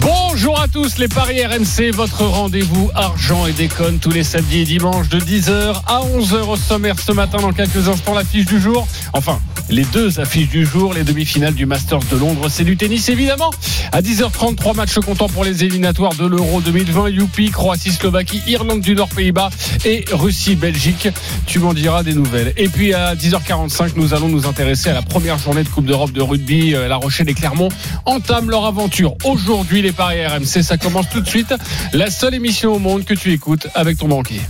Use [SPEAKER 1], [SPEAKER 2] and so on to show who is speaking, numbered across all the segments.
[SPEAKER 1] Bonjour à tous les Paris RMC, votre rendez-vous argent et déconne tous les samedis et dimanches de 10h à 11h au sommaire ce matin dans quelques instants l'affiche du jour. Enfin, les deux affiches du jour, les demi-finales du Masters de Londres, c'est du tennis évidemment. À 10h33, trois matchs comptants pour les éliminatoires de l'Euro 2020, Youpi, Croatie, Slovaquie, Irlande du Nord, Pays-Bas et Russie, Belgique. Tu m'en diras des nouvelles. Et puis à 10h45, nous allons nous intéresser à la première journée de Coupe d'Europe de rugby. Euh, La Rochelle et Clermont entament leur aventure. Aujourd'hui, les paris RMC, ça commence tout de suite. La seule émission au monde que tu écoutes avec ton banquier.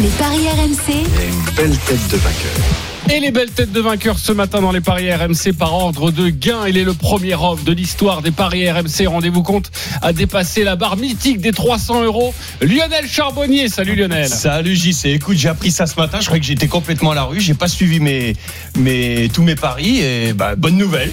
[SPEAKER 2] Les paris RMC,
[SPEAKER 1] Et les belles têtes de vainqueurs ce matin dans les paris RMC par ordre de gain. Il est le premier homme de l'histoire des paris RMC. Rendez-vous compte, à dépasser la barre mythique des 300 euros. Lionel Charbonnier. Salut Lionel.
[SPEAKER 3] Salut JC, écoute j'ai appris ça ce matin, je croyais que j'étais complètement à la rue, j'ai pas suivi mes, mes, tous mes paris et bah, bonne nouvelle.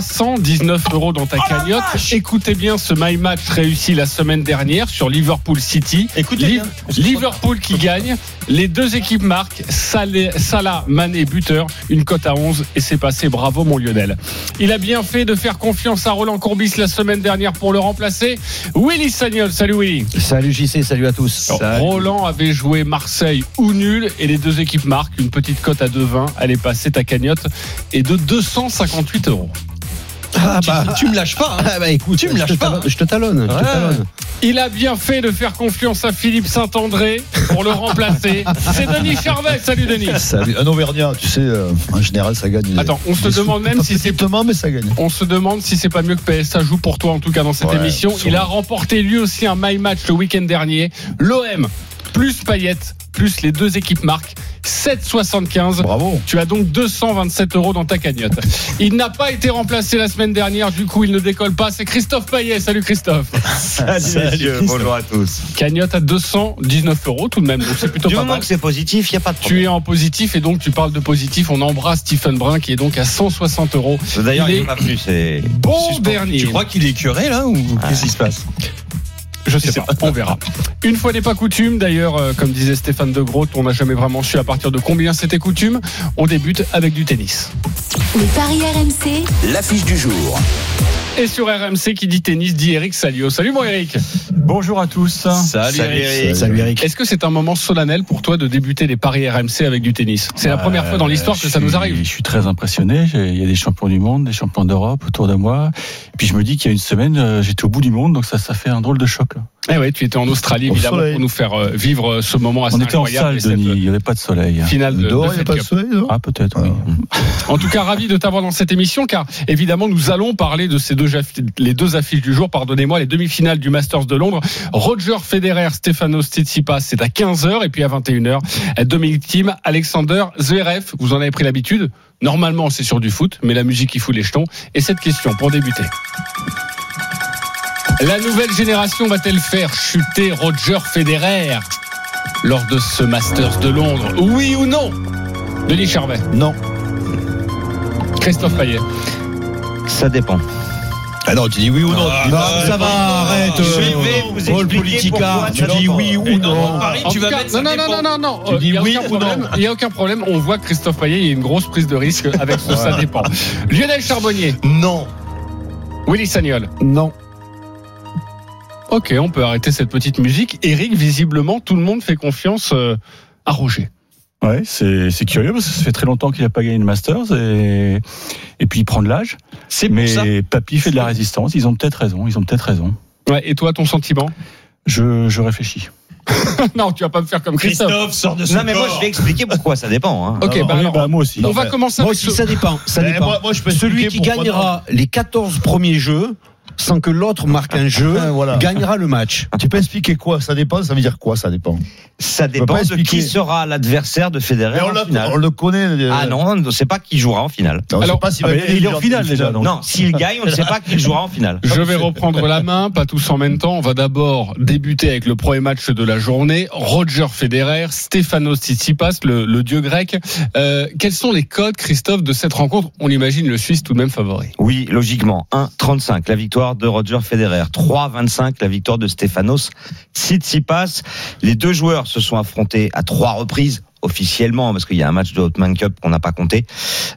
[SPEAKER 1] 319 euros dans
[SPEAKER 3] Oh
[SPEAKER 1] ta cagnotte. Écoutez bien ce My Match réussi la semaine dernière sur Liverpool City.
[SPEAKER 3] Écoutez
[SPEAKER 1] Liv-
[SPEAKER 3] bien.
[SPEAKER 1] Liverpool qui gagne. Les deux équipes marquent. Salé- Salah, Mané, buteur. Une cote à 11 et c'est passé. Bravo mon Lionel. Il a bien fait de faire confiance à Roland Courbis la semaine dernière pour le remplacer. Willy Sagnol, salut Willy.
[SPEAKER 4] Salut JC, salut à
[SPEAKER 3] Oh,
[SPEAKER 4] tous.
[SPEAKER 1] Alors, Roland avait joué Marseille ou nul et les deux équipes marquent. Une petite cote à 2,20. Elle est passée ta cagnotte et de 258 euros.
[SPEAKER 4] Ah bah,
[SPEAKER 3] Tu, tu me lâches pas, hein.
[SPEAKER 4] ah bah, écoute,
[SPEAKER 3] Tu me lâches
[SPEAKER 4] je te
[SPEAKER 3] pas. Ah,
[SPEAKER 4] talonne, Je te talonne, je te
[SPEAKER 3] Ouais.
[SPEAKER 4] talonne.
[SPEAKER 1] Il a bien fait de faire confiance à Philippe Saint-André pour le remplacer. C'est Denis Charvet. Salut Denis.
[SPEAKER 5] Salut. Un Auvergnat, tu sais, euh, en général, ça gagne.
[SPEAKER 1] Attends, on se
[SPEAKER 5] Des
[SPEAKER 1] demande
[SPEAKER 5] sous-
[SPEAKER 1] même si c'est-
[SPEAKER 5] petitement, mais ça gagne.
[SPEAKER 1] On se demande si c'est pas mieux que PSA joue pour toi en tout cas dans cette
[SPEAKER 5] Ouais,
[SPEAKER 1] émission.
[SPEAKER 5] sûrement.
[SPEAKER 1] Il a remporté lui aussi un my match le week-end dernier. L'OM plus Payet plus les deux équipes marques 7,75.
[SPEAKER 5] Bravo.
[SPEAKER 1] Tu as donc 227 euros dans ta cagnotte. Il n'a pas été remplacé la semaine dernière, du coup il ne décolle pas. C'est Christophe Payet. Salut Christophe.
[SPEAKER 3] Salut, messieurs, bonjour à tous.
[SPEAKER 1] Cagnotte à 219 euros tout de même, donc c'est plutôt
[SPEAKER 3] Du
[SPEAKER 1] pas
[SPEAKER 3] moment
[SPEAKER 1] mal.
[SPEAKER 3] que c'est positif, il n'y a pas de
[SPEAKER 1] Tu
[SPEAKER 3] problème.
[SPEAKER 1] es en positif et donc tu parles de positif. On embrasse Stephen Brun qui est donc à 160 euros.
[SPEAKER 3] D'ailleurs,
[SPEAKER 1] Il
[SPEAKER 3] il
[SPEAKER 1] est
[SPEAKER 3] m'a plu, c'est.
[SPEAKER 1] Bon
[SPEAKER 3] Suspens.
[SPEAKER 1] dernier.
[SPEAKER 3] Tu crois qu'il est curé là ou qu'est-ce qui se passe
[SPEAKER 1] Je sais pas, on verra. Une fois n'est pas coutume, d'ailleurs, euh, comme disait Stéphane De Groot, on n'a jamais vraiment su à partir de combien c'était coutume. On débute avec du tennis.
[SPEAKER 2] les paris RMC,
[SPEAKER 6] L'affiche du jour.
[SPEAKER 1] Et sur RMC qui dit tennis dit Eric Salio. Salut mon Eric.
[SPEAKER 3] Bonjour à tous. Salut,
[SPEAKER 4] Salut,
[SPEAKER 3] Eric.
[SPEAKER 4] Salut Eric.
[SPEAKER 1] Est-ce que c'est un moment solennel pour toi de débuter les paris RMC avec du tennis C'est la première fois dans l'histoire que ça nous arrive.
[SPEAKER 7] Je suis très impressionné. J'ai- Il y a des champions du monde, des champions d'Europe autour de moi. Et puis je me dis qu'il y a une semaine, euh, j'étais au bout du monde, donc ça, ça fait un drôle de choc. là.
[SPEAKER 1] Eh ouais, tu étais en Australie
[SPEAKER 5] Au
[SPEAKER 1] évidemment
[SPEAKER 5] soleil.
[SPEAKER 1] pour nous faire euh, vivre euh, ce moment assez
[SPEAKER 7] On était en
[SPEAKER 1] incroyable.
[SPEAKER 7] salle,
[SPEAKER 1] et cette,
[SPEAKER 7] Denis. Il n'y avait pas de soleil.
[SPEAKER 1] euh, Finale de, de
[SPEAKER 5] Dehors, il n'y a
[SPEAKER 1] Fed
[SPEAKER 5] pas de
[SPEAKER 1] Cup.
[SPEAKER 5] soleil, non
[SPEAKER 7] Ah, peut-être, oui.
[SPEAKER 1] En tout cas, ravi de t'avoir dans cette émission, car évidemment, nous allons parler de ces deux affi- les deux affiches du jour, pardonnez-moi, les demi-finales du Masters de Londres. Roger Federer, Stefano Tsitsipas, c'est à 15h, et puis à 21h, Dominique Thiem, Alexander Zverev. Vous en avez pris l'habitude. Normalement, c'est sur du foot, mais la musique qui fout les jetons. Et cette question, pour débuter. La nouvelle génération va-t-elle faire chuter Roger Federer lors de ce Masters de Londres Oui ou non Denis Charvet
[SPEAKER 5] Non.
[SPEAKER 1] Christophe Payet.
[SPEAKER 3] Ça dépend.
[SPEAKER 5] Ah non, tu dis oui ou non.
[SPEAKER 3] Ah,
[SPEAKER 5] Tu dis
[SPEAKER 3] non,
[SPEAKER 7] bah,
[SPEAKER 5] non,
[SPEAKER 3] ça va,
[SPEAKER 5] arrête. euh,
[SPEAKER 7] euh,
[SPEAKER 3] Je vais vous expliquer pourquoi
[SPEAKER 5] Tu dis oui ou non.
[SPEAKER 3] Paris,
[SPEAKER 1] En
[SPEAKER 3] tu
[SPEAKER 1] tout
[SPEAKER 3] vas
[SPEAKER 1] cas,
[SPEAKER 3] mettre
[SPEAKER 1] non,
[SPEAKER 3] ça
[SPEAKER 1] non, non,
[SPEAKER 3] dépend.
[SPEAKER 1] non, non,
[SPEAKER 3] Tu
[SPEAKER 1] euh,
[SPEAKER 3] dis
[SPEAKER 1] il y a
[SPEAKER 3] oui
[SPEAKER 1] aucun
[SPEAKER 3] ou non.
[SPEAKER 1] problème. Il n'y a aucun problème. On voit que Christophe Payet, il y a une grosse prise de risque avec ce ça dépend. Lionel Charbonnier,
[SPEAKER 3] Non.
[SPEAKER 1] Willy Sagnol.
[SPEAKER 4] Non.
[SPEAKER 1] Ok, on peut arrêter cette petite musique. Eric, visiblement, tout le monde fait confiance euh, à Roger.
[SPEAKER 7] Ouais, c'est c'est curieux parce que ça fait très longtemps qu'il n'a pas gagné le Masters et, et puis il prend de l'âge.
[SPEAKER 3] C'est pour ça.
[SPEAKER 7] Mais Papy fait de la résistance. Ils ont peut-être raison. Ils ont peut-être raison.
[SPEAKER 1] Ouais, et toi, ton sentiment
[SPEAKER 7] Je, je réfléchis.
[SPEAKER 1] Non, tu vas pas me faire comme Christophe.
[SPEAKER 3] Christophe, sort de ce
[SPEAKER 4] Non, mais moi, je vais
[SPEAKER 3] expliquer pourquoi ça dépend.
[SPEAKER 1] Ok,
[SPEAKER 7] Ah,
[SPEAKER 1] bah
[SPEAKER 7] oui,
[SPEAKER 1] alors,
[SPEAKER 7] bah, moi aussi.
[SPEAKER 1] on va commencer
[SPEAKER 4] Moi
[SPEAKER 1] avec
[SPEAKER 4] aussi,
[SPEAKER 1] ce-
[SPEAKER 4] ça dépend. Ça
[SPEAKER 5] Eh,
[SPEAKER 4] dépend.
[SPEAKER 5] moi- moi, je peux
[SPEAKER 4] Celui qui
[SPEAKER 5] expliquer pourquoi
[SPEAKER 4] gagnera les 14 premiers jeux sans que l'autre marque un jeu,
[SPEAKER 5] Ah, voilà.
[SPEAKER 4] gagnera le match.
[SPEAKER 5] Tu peux expliquer quoi Ça dépend, ça veut dire quoi Ça dépend.
[SPEAKER 8] Ça
[SPEAKER 5] peux
[SPEAKER 8] dépend
[SPEAKER 5] pas
[SPEAKER 8] de
[SPEAKER 5] expliquer.
[SPEAKER 8] qui sera l'adversaire de Federer
[SPEAKER 5] Mais on,
[SPEAKER 8] en
[SPEAKER 5] l'a-
[SPEAKER 8] finale.
[SPEAKER 5] on le connaît. euh,
[SPEAKER 8] Ah non, on ne sait pas qui jouera en finale.
[SPEAKER 5] on sait
[SPEAKER 1] Alors,
[SPEAKER 5] pas s'il
[SPEAKER 7] ah,
[SPEAKER 5] va
[SPEAKER 7] mais
[SPEAKER 5] gagner
[SPEAKER 7] il est
[SPEAKER 5] le
[SPEAKER 7] en finale, déjà, donc.
[SPEAKER 8] Non, s'il gagne, on ne sait pas qui jouera en finale.
[SPEAKER 1] Je vais reprendre la main, pas tous en même temps. On va d'abord débuter avec le premier match de la journée. Roger Federer, Stefanos Tsitsipas, le, le dieu grec. Euh, quels sont les codes, Christophe, de cette rencontre On imagine le Suisse tout de même favori.
[SPEAKER 8] Oui, logiquement. 1,35 la victoire de Roger Federer. 3,25 la victoire de Stefanos Tsitsipas. Les deux joueurs se sont affrontés à trois reprises officiellement parce qu'il y a un match de Hotman Cup qu'on n'a pas compté.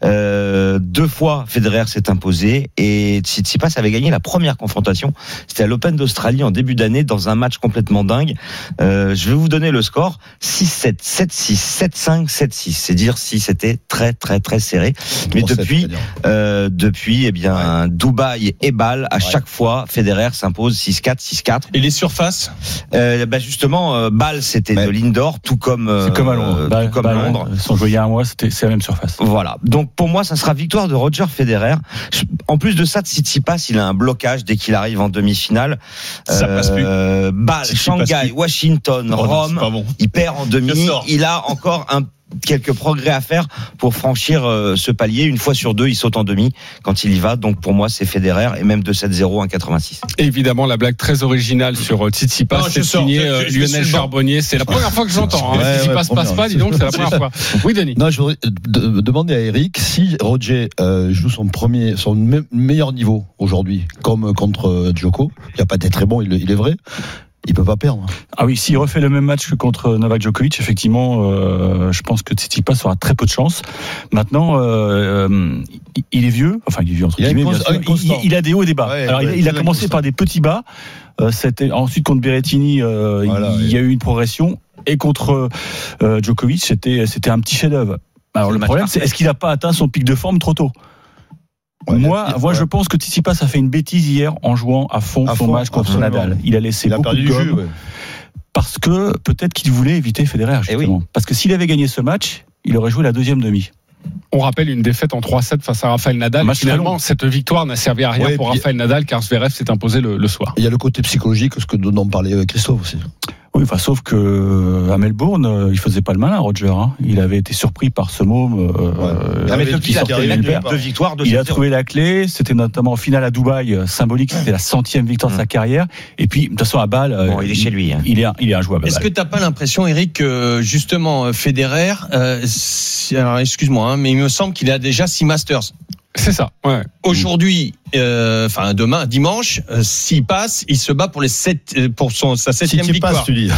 [SPEAKER 8] Euh, deux fois Federer s'est imposé et Tsitsipas avait gagné la première confrontation. C'était à l'Open d'Australie en début d'année dans un match complètement dingue. Euh, je vais vous donner le score 6-7, 7-6, 7-5, 7-6. C'est dire si c'était très très très serré. Mais
[SPEAKER 5] 3-7,
[SPEAKER 8] depuis,
[SPEAKER 5] c'est-à-dire.
[SPEAKER 8] euh, depuis, eh bien, Dubaï et Bâle, à chaque fois, Federer s'impose 6-4, 6-4.
[SPEAKER 3] Et les surfaces
[SPEAKER 8] Euh, bah justement, euh, Bâle, c'était
[SPEAKER 5] Ouais.
[SPEAKER 8] de l'indoor, tout comme, euh,
[SPEAKER 7] C'est comme à Londres.
[SPEAKER 8] euh, tout
[SPEAKER 7] Bah,
[SPEAKER 8] comme
[SPEAKER 7] bah,
[SPEAKER 8] Londres.
[SPEAKER 7] Ils sont joués il y a un mois, c'était- c'est la même surface.
[SPEAKER 8] Voilà. Donc pour moi, ça sera victoire de Roger Federer. Je- En plus de ça, Tsitsipas, il a un blocage dès qu'il arrive en demi-finale.
[SPEAKER 3] Ça passe plus.
[SPEAKER 8] Euh, Bâle,
[SPEAKER 3] Tsitsipas
[SPEAKER 8] Shanghai,
[SPEAKER 3] plus.
[SPEAKER 8] Washington,
[SPEAKER 3] Oh non,
[SPEAKER 8] Rome.
[SPEAKER 3] c'est pas bon.
[SPEAKER 8] Il perd en
[SPEAKER 3] Je
[SPEAKER 8] demi.
[SPEAKER 3] sors.
[SPEAKER 8] Il a encore un quelques progrès à faire pour franchir euh, ce palier. Une fois sur deux, il saute en demi quand il y va. Donc pour moi, c'est Federer et même 2-7-0, 1,86.
[SPEAKER 1] Évidemment, la blague très originale sur euh, Tsitsipas,
[SPEAKER 3] Non, je
[SPEAKER 1] c'est
[SPEAKER 3] sors,
[SPEAKER 1] signé
[SPEAKER 3] je-
[SPEAKER 1] euh,
[SPEAKER 3] je- je
[SPEAKER 1] Lionel
[SPEAKER 3] suis bon.
[SPEAKER 1] Charbonnier. C'est la première fois que j'entends. Hein.
[SPEAKER 5] Ouais, bah,
[SPEAKER 1] Tsitsipas
[SPEAKER 5] ouais,
[SPEAKER 1] passe
[SPEAKER 5] première.
[SPEAKER 1] pas, dis donc, c'est la première fois. Oui, Denis.
[SPEAKER 5] Non, je voudrais euh, de- demander à Eric si Roger euh, joue son premier, son me- meilleur niveau aujourd'hui, comme contre euh, Djoko. Il a pas été très bon, il, il est vrai. Il peut pas perdre.
[SPEAKER 7] Ah oui, s'il refait le même match que contre Novak Djokovic, effectivement, euh, je pense que Tsitsipas aura très peu de chance. Maintenant, euh, euh, il- il est vieux, enfin il est vieux entre
[SPEAKER 5] Il a une
[SPEAKER 7] guillemets, bien
[SPEAKER 5] cons-
[SPEAKER 7] sûr.
[SPEAKER 5] une constante.
[SPEAKER 7] Il, il a des hauts et des bas.
[SPEAKER 5] Ouais,
[SPEAKER 7] Alors il a-
[SPEAKER 5] ouais,
[SPEAKER 7] il a
[SPEAKER 5] très
[SPEAKER 7] commencé
[SPEAKER 5] constante.
[SPEAKER 7] par des petits bas. Euh, c'était ensuite contre Berrettini, euh,
[SPEAKER 5] Voilà,
[SPEAKER 7] il y a eu une progression, et contre euh, Djokovic, c'était c'était un petit chef-d'œuvre. Alors
[SPEAKER 8] C'est
[SPEAKER 7] le
[SPEAKER 8] le match
[SPEAKER 7] problème, c'est
[SPEAKER 8] parfait.
[SPEAKER 7] est-ce qu'il n'a pas atteint son pic de forme trop tôt
[SPEAKER 5] Ouais,
[SPEAKER 7] moi,
[SPEAKER 5] il a-
[SPEAKER 7] moi
[SPEAKER 5] ouais.
[SPEAKER 7] je pense que Tsitsipas a fait une bêtise hier en jouant à fond
[SPEAKER 5] À
[SPEAKER 7] son
[SPEAKER 5] fond,
[SPEAKER 7] match contre
[SPEAKER 5] absolument.
[SPEAKER 7] Nadal. Il a laissé
[SPEAKER 5] Il a
[SPEAKER 7] beaucoup
[SPEAKER 5] perdu
[SPEAKER 7] de
[SPEAKER 5] du jus.
[SPEAKER 7] gommes
[SPEAKER 5] ouais.
[SPEAKER 7] parce que peut-être qu'il voulait éviter Federer
[SPEAKER 8] Eh oui.
[SPEAKER 7] justement. Parce que s'il avait gagné ce match, il aurait joué la deuxième demi.
[SPEAKER 1] On rappelle une défaite en 3-7 face à Rafael Nadal.
[SPEAKER 7] Match très
[SPEAKER 1] Finalement,
[SPEAKER 7] long.
[SPEAKER 1] cette victoire n'a servi à rien
[SPEAKER 5] Ouais,
[SPEAKER 1] pour
[SPEAKER 5] puis-
[SPEAKER 1] Rafael Nadal car Zverev s'est imposé le, le soir.
[SPEAKER 5] Il y a le côté psychologique, ce que dont parlait euh, Christophe aussi.
[SPEAKER 7] Oui, enfin, sauf que euh, à Melbourne, euh, il faisait pas le malin, Roger. hein. Il avait été surpris par ce môme. euh, euh,
[SPEAKER 5] Ah, mais
[SPEAKER 7] qui
[SPEAKER 5] depuis, il a
[SPEAKER 7] sortait
[SPEAKER 5] trouvé
[SPEAKER 7] de
[SPEAKER 5] la
[SPEAKER 7] l'hiver.
[SPEAKER 5] clé.
[SPEAKER 8] Deux victoires, deux
[SPEAKER 7] Il a trouvé la clé. C'était notamment en finale à Dubaï, euh, symbolique. C'était la centième victoire de sa carrière. Et puis, de toute façon, à Bâle, euh,
[SPEAKER 8] Mm. Bon, il est chez lui. hein.
[SPEAKER 7] Il est, un- il est injouable. à
[SPEAKER 3] Est-ce
[SPEAKER 7] Bâle.
[SPEAKER 3] que t'as pas l'impression, Eric, que justement euh, Federer, euh, si- alors excuse-moi, hein, mais il me semble qu'il a déjà six Masters.
[SPEAKER 1] C'est ça. Ouais.
[SPEAKER 3] Aujourd'hui, euh, enfin demain, dimanche, euh, s'il passe, il se bat pour les sept, euh, pour son sa septième
[SPEAKER 5] tu
[SPEAKER 3] victoire.
[SPEAKER 5] passes, tu dis.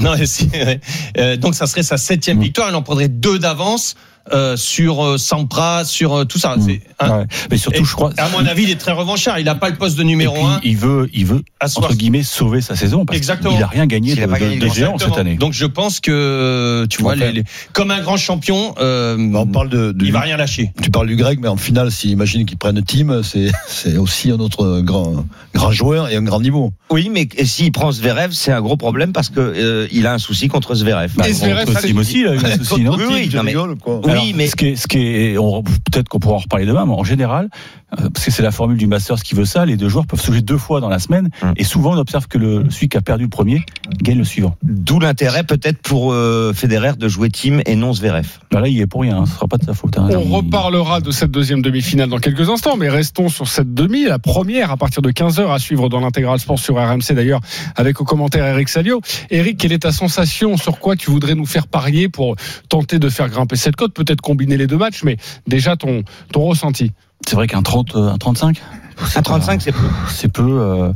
[SPEAKER 3] Non, mais si, ouais. Euh, donc ça serait sa
[SPEAKER 5] Mm.
[SPEAKER 3] septième victoire. Il en prendrait deux d'avance euh, sur euh, Sampras, sur euh, tout ça.
[SPEAKER 5] Mm.
[SPEAKER 3] C'est- hein.
[SPEAKER 7] Ouais. Mais surtout,
[SPEAKER 3] Et-
[SPEAKER 7] je crois.
[SPEAKER 3] À mon avis, il est très revanchard. Il n'a pas le poste de
[SPEAKER 7] et
[SPEAKER 3] numéro
[SPEAKER 7] puis,
[SPEAKER 3] un
[SPEAKER 7] il veut, il veut
[SPEAKER 3] à ce soir.
[SPEAKER 7] entre guillemets sauver sa saison parce
[SPEAKER 3] Exactement.
[SPEAKER 7] qu'il a rien gagné
[SPEAKER 8] Il
[SPEAKER 7] de,
[SPEAKER 8] a pas
[SPEAKER 7] de-
[SPEAKER 8] gagné
[SPEAKER 7] de
[SPEAKER 8] grand-
[SPEAKER 7] géant cette
[SPEAKER 3] Exactement.
[SPEAKER 7] année.
[SPEAKER 3] Donc je pense que tu vois, les, les- comme un grand champion, euh,
[SPEAKER 5] Bah, On parle de, de-
[SPEAKER 3] il va rien lâcher.
[SPEAKER 5] Tu parles du grec, mais en finale, s'il imagine qu'ils prennent team, c'est c'est aussi un autre grand, grand joueur et un grand niveau.
[SPEAKER 8] Oui, mais et s'il prend Zverev, c'est un gros problème parce que euh, il a un souci contre Zverev.
[SPEAKER 1] Et
[SPEAKER 7] contre
[SPEAKER 1] Zverev, ça,
[SPEAKER 7] Tim aussi, il a eu un souci, non
[SPEAKER 8] Oui, oui,
[SPEAKER 5] tu
[SPEAKER 8] non, mais-
[SPEAKER 5] rigoles, quoi.
[SPEAKER 8] Oui,
[SPEAKER 7] Alors,
[SPEAKER 8] mais-
[SPEAKER 7] ce qui est, ce qui est, on- peut-être qu'on pourra en reparler demain, mais en général, euh, parce que c'est la formule du Masters qui veut ça, les deux joueurs peuvent se jouer deux fois dans la semaine,
[SPEAKER 8] Mm.
[SPEAKER 7] et souvent on observe que le, celui qui a perdu le premier gagne le suivant.
[SPEAKER 8] D'où l'intérêt peut-être pour euh, Federer de jouer team et non Zverev.
[SPEAKER 7] Bah là, il est pour rien, hein, ce sera pas de sa faute. hein.
[SPEAKER 1] On
[SPEAKER 7] Il-
[SPEAKER 1] reparlera de cette deuxième demi-finale dans quelques instants, mais restons sur cette demi, la première à partir de 15h à suivre dans l'intégral sport sur RMC d'ailleurs, avec au commentaire Eric Salio. Eric, quelle est ta sensation Sur quoi tu voudrais nous faire parier pour tenter de faire grimper cette cote Peut-être combiner les deux matchs, mais déjà ton, ton ressenti.
[SPEAKER 7] C'est vrai qu'un 30, euh, un 35,
[SPEAKER 8] À 35, c'est peu.
[SPEAKER 7] c'est peu. euh,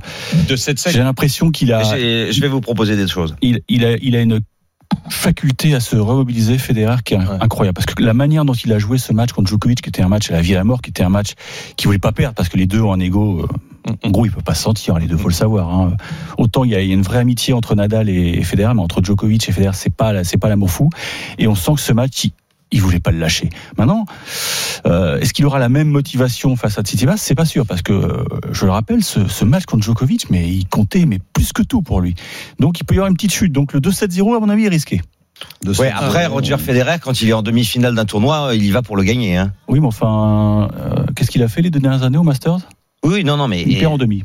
[SPEAKER 3] De 7-7.
[SPEAKER 7] J'ai l'impression qu'il a,
[SPEAKER 8] J'ai- Je vais vous proposer des choses.
[SPEAKER 7] il, il a, il a une faculté à se remobiliser, Federer, qui est incroyable. Parce que la manière dont il a joué ce match contre Djokovic, qui était un match à la vie et à la mort, qui était un match qu'il voulait pas perdre, parce que les deux ont un ego. euh, En gros, il peut pas se sentir, les deux, faut le savoir. hein. Autant il y, a, il y a une vraie amitié entre Nadal et, et Federer, mais entre Djokovic et Federer, c'est pas la- c'est pas l'amour fou. Et on sent que ce match, il, il voulait pas le lâcher. Maintenant, euh, est-ce qu'il aura la même motivation face à Tsitsipas C'est pas sûr, parce que euh, je le rappelle, ce, ce match contre Djokovic, mais il comptait, mais plus que tout pour lui. Donc il peut y avoir une petite chute. Donc le 2-7-0, à mon avis, est risqué.
[SPEAKER 5] De
[SPEAKER 8] Ouais,
[SPEAKER 5] ça.
[SPEAKER 8] après Roger Federer, quand il est en demi-finale d'un tournoi, euh, il y va pour le gagner. Hein.
[SPEAKER 7] Oui, mais enfin, euh, qu'est-ce qu'il a fait les deux dernières années au Masters
[SPEAKER 8] Oui, oui, non, non, mais
[SPEAKER 7] Il
[SPEAKER 8] et-
[SPEAKER 7] perd en demi.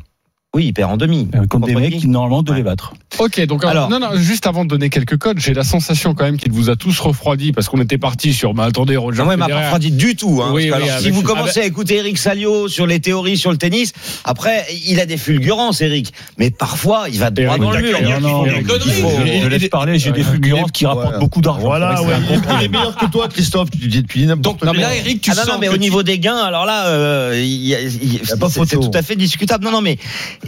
[SPEAKER 8] Oui, il perd en demi.
[SPEAKER 7] euh, contre des
[SPEAKER 8] Contre
[SPEAKER 7] mecs
[SPEAKER 8] qui
[SPEAKER 7] qui normalement devaient battre.
[SPEAKER 1] Ok, donc alors,
[SPEAKER 8] Alors-
[SPEAKER 1] non, non, juste avant de donner quelques codes, j'ai la sensation quand même qu'il vous a tous refroidi parce qu'on était parti sur. Bah, attendez, Roger.
[SPEAKER 8] Non, moi, il m'a pas
[SPEAKER 1] Federer.
[SPEAKER 8] refroidi du tout. hein,
[SPEAKER 1] Oui,
[SPEAKER 8] parce que
[SPEAKER 1] oui,
[SPEAKER 8] alors, si
[SPEAKER 1] avec-
[SPEAKER 8] vous commencez à écouter Eric Salio sur les théories sur le tennis, après, il a des fulgurances, Eric. Mais parfois, il va droit
[SPEAKER 1] Eric,
[SPEAKER 8] dans le mur.
[SPEAKER 1] d'accord,
[SPEAKER 8] Il y a
[SPEAKER 1] non,
[SPEAKER 8] des
[SPEAKER 1] non,
[SPEAKER 8] conneries.
[SPEAKER 1] il- il-
[SPEAKER 7] Je laisse parler, j'ai des fulgurances qui rapportent
[SPEAKER 5] Voilà.
[SPEAKER 7] beaucoup d'argent.
[SPEAKER 5] Voilà,
[SPEAKER 7] C'est
[SPEAKER 5] ouais,
[SPEAKER 7] vrai que c'est un
[SPEAKER 5] il est meilleur que toi, Christophe. Tu dis depuis n'importe
[SPEAKER 3] Donc
[SPEAKER 5] quoi.
[SPEAKER 3] là, Eric, tu
[SPEAKER 8] ah non,
[SPEAKER 3] sens
[SPEAKER 8] non, mais
[SPEAKER 3] que
[SPEAKER 8] au
[SPEAKER 3] tu-
[SPEAKER 8] niveau des gains, alors là, euh, il y a- il y a-
[SPEAKER 5] pas
[SPEAKER 8] c'est c'est
[SPEAKER 5] photo.
[SPEAKER 8] tout à fait discutable. Non, non, mais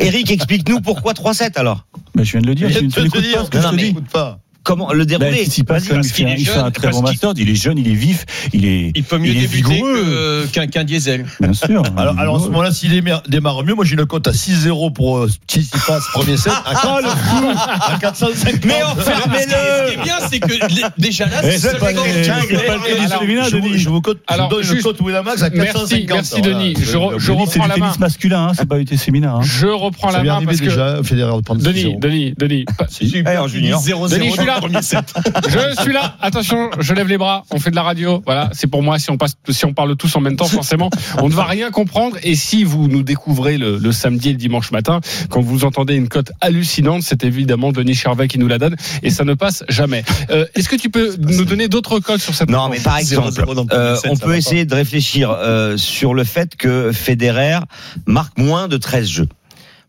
[SPEAKER 8] Eric, explique-nous pourquoi 3-7 alors
[SPEAKER 7] Mais je viens de le dire,
[SPEAKER 5] Je
[SPEAKER 7] tu
[SPEAKER 5] viens de
[SPEAKER 7] n'écoutes
[SPEAKER 5] te
[SPEAKER 7] pas
[SPEAKER 5] dire
[SPEAKER 7] ce que je
[SPEAKER 8] Non,
[SPEAKER 7] te
[SPEAKER 8] mais-
[SPEAKER 7] dis.
[SPEAKER 5] Écoute pas.
[SPEAKER 8] Comment le
[SPEAKER 7] Ben,
[SPEAKER 8] déroulé
[SPEAKER 7] Tsitsipas,
[SPEAKER 8] Vas-y.
[SPEAKER 7] quand même,
[SPEAKER 3] parce
[SPEAKER 7] il fait
[SPEAKER 3] qu'il
[SPEAKER 7] un-
[SPEAKER 3] est
[SPEAKER 7] il fait
[SPEAKER 3] jeune,
[SPEAKER 7] un très
[SPEAKER 3] parce
[SPEAKER 7] bon
[SPEAKER 3] qu'il-
[SPEAKER 7] master, il est jeune, il est vif, il est,
[SPEAKER 3] il peut mieux
[SPEAKER 7] il est
[SPEAKER 3] débuter
[SPEAKER 7] vigoureux.
[SPEAKER 3] que- qu'un qu'un diesel.
[SPEAKER 7] Bien sûr.
[SPEAKER 5] Alors, alors, à ce moment-là, s'il déma- démarre mieux, moi j'ai une cote à 6-0 pour euh, qui s'y passe premier set à, 4, à 450.
[SPEAKER 8] Mais
[SPEAKER 3] Ce qui est
[SPEAKER 8] enfermez-le
[SPEAKER 3] bien, c'est que les- déjà là,
[SPEAKER 7] Eh,
[SPEAKER 3] c'est
[SPEAKER 7] c'est pas
[SPEAKER 3] seulement-
[SPEAKER 7] le-
[SPEAKER 3] Tiens,
[SPEAKER 7] c'est pas le tennis
[SPEAKER 3] alors,
[SPEAKER 7] féminin,
[SPEAKER 5] je, vous,
[SPEAKER 7] Denis.
[SPEAKER 5] je vous cote, je vous
[SPEAKER 1] Alors,
[SPEAKER 5] donne
[SPEAKER 1] juste-
[SPEAKER 5] une cote Winamax à 450.
[SPEAKER 1] merci, Denis. Je re- je
[SPEAKER 7] Denis,
[SPEAKER 1] reprends
[SPEAKER 7] c'est
[SPEAKER 1] la
[SPEAKER 7] du
[SPEAKER 1] main.
[SPEAKER 7] tennis masculin, hein, c'est pas été séminaire. Hein.
[SPEAKER 1] Je reprends
[SPEAKER 5] Ça
[SPEAKER 1] la
[SPEAKER 5] lui est
[SPEAKER 1] main
[SPEAKER 5] arrivé
[SPEAKER 1] parce que.
[SPEAKER 5] déjà, Federer, de prendre 6-0.
[SPEAKER 1] Denis, Denis, Denis, pa-
[SPEAKER 8] Alors, Eh, Junior.
[SPEAKER 1] Denis, je suis là. Je suis là. Attention, je lève les bras. On fait de la radio. Voilà, c'est pour moi. Si on passe, si on parle tous en même temps, forcément, on ne va rien comprendre. Et si vous nous découvrez le, le samedi et le dimanche matin, quand vous entendez une cote hallucinante, c'est évidemment Denis Charvet qui nous la donne. Et ça ne passe jamais. Euh, Est-ce que tu peux nous donner d'autres codes sur cette
[SPEAKER 8] Non, mais par exemple, euh, on peut essayer de réfléchir euh, sur le fait que Federer marque moins de 13 jeux.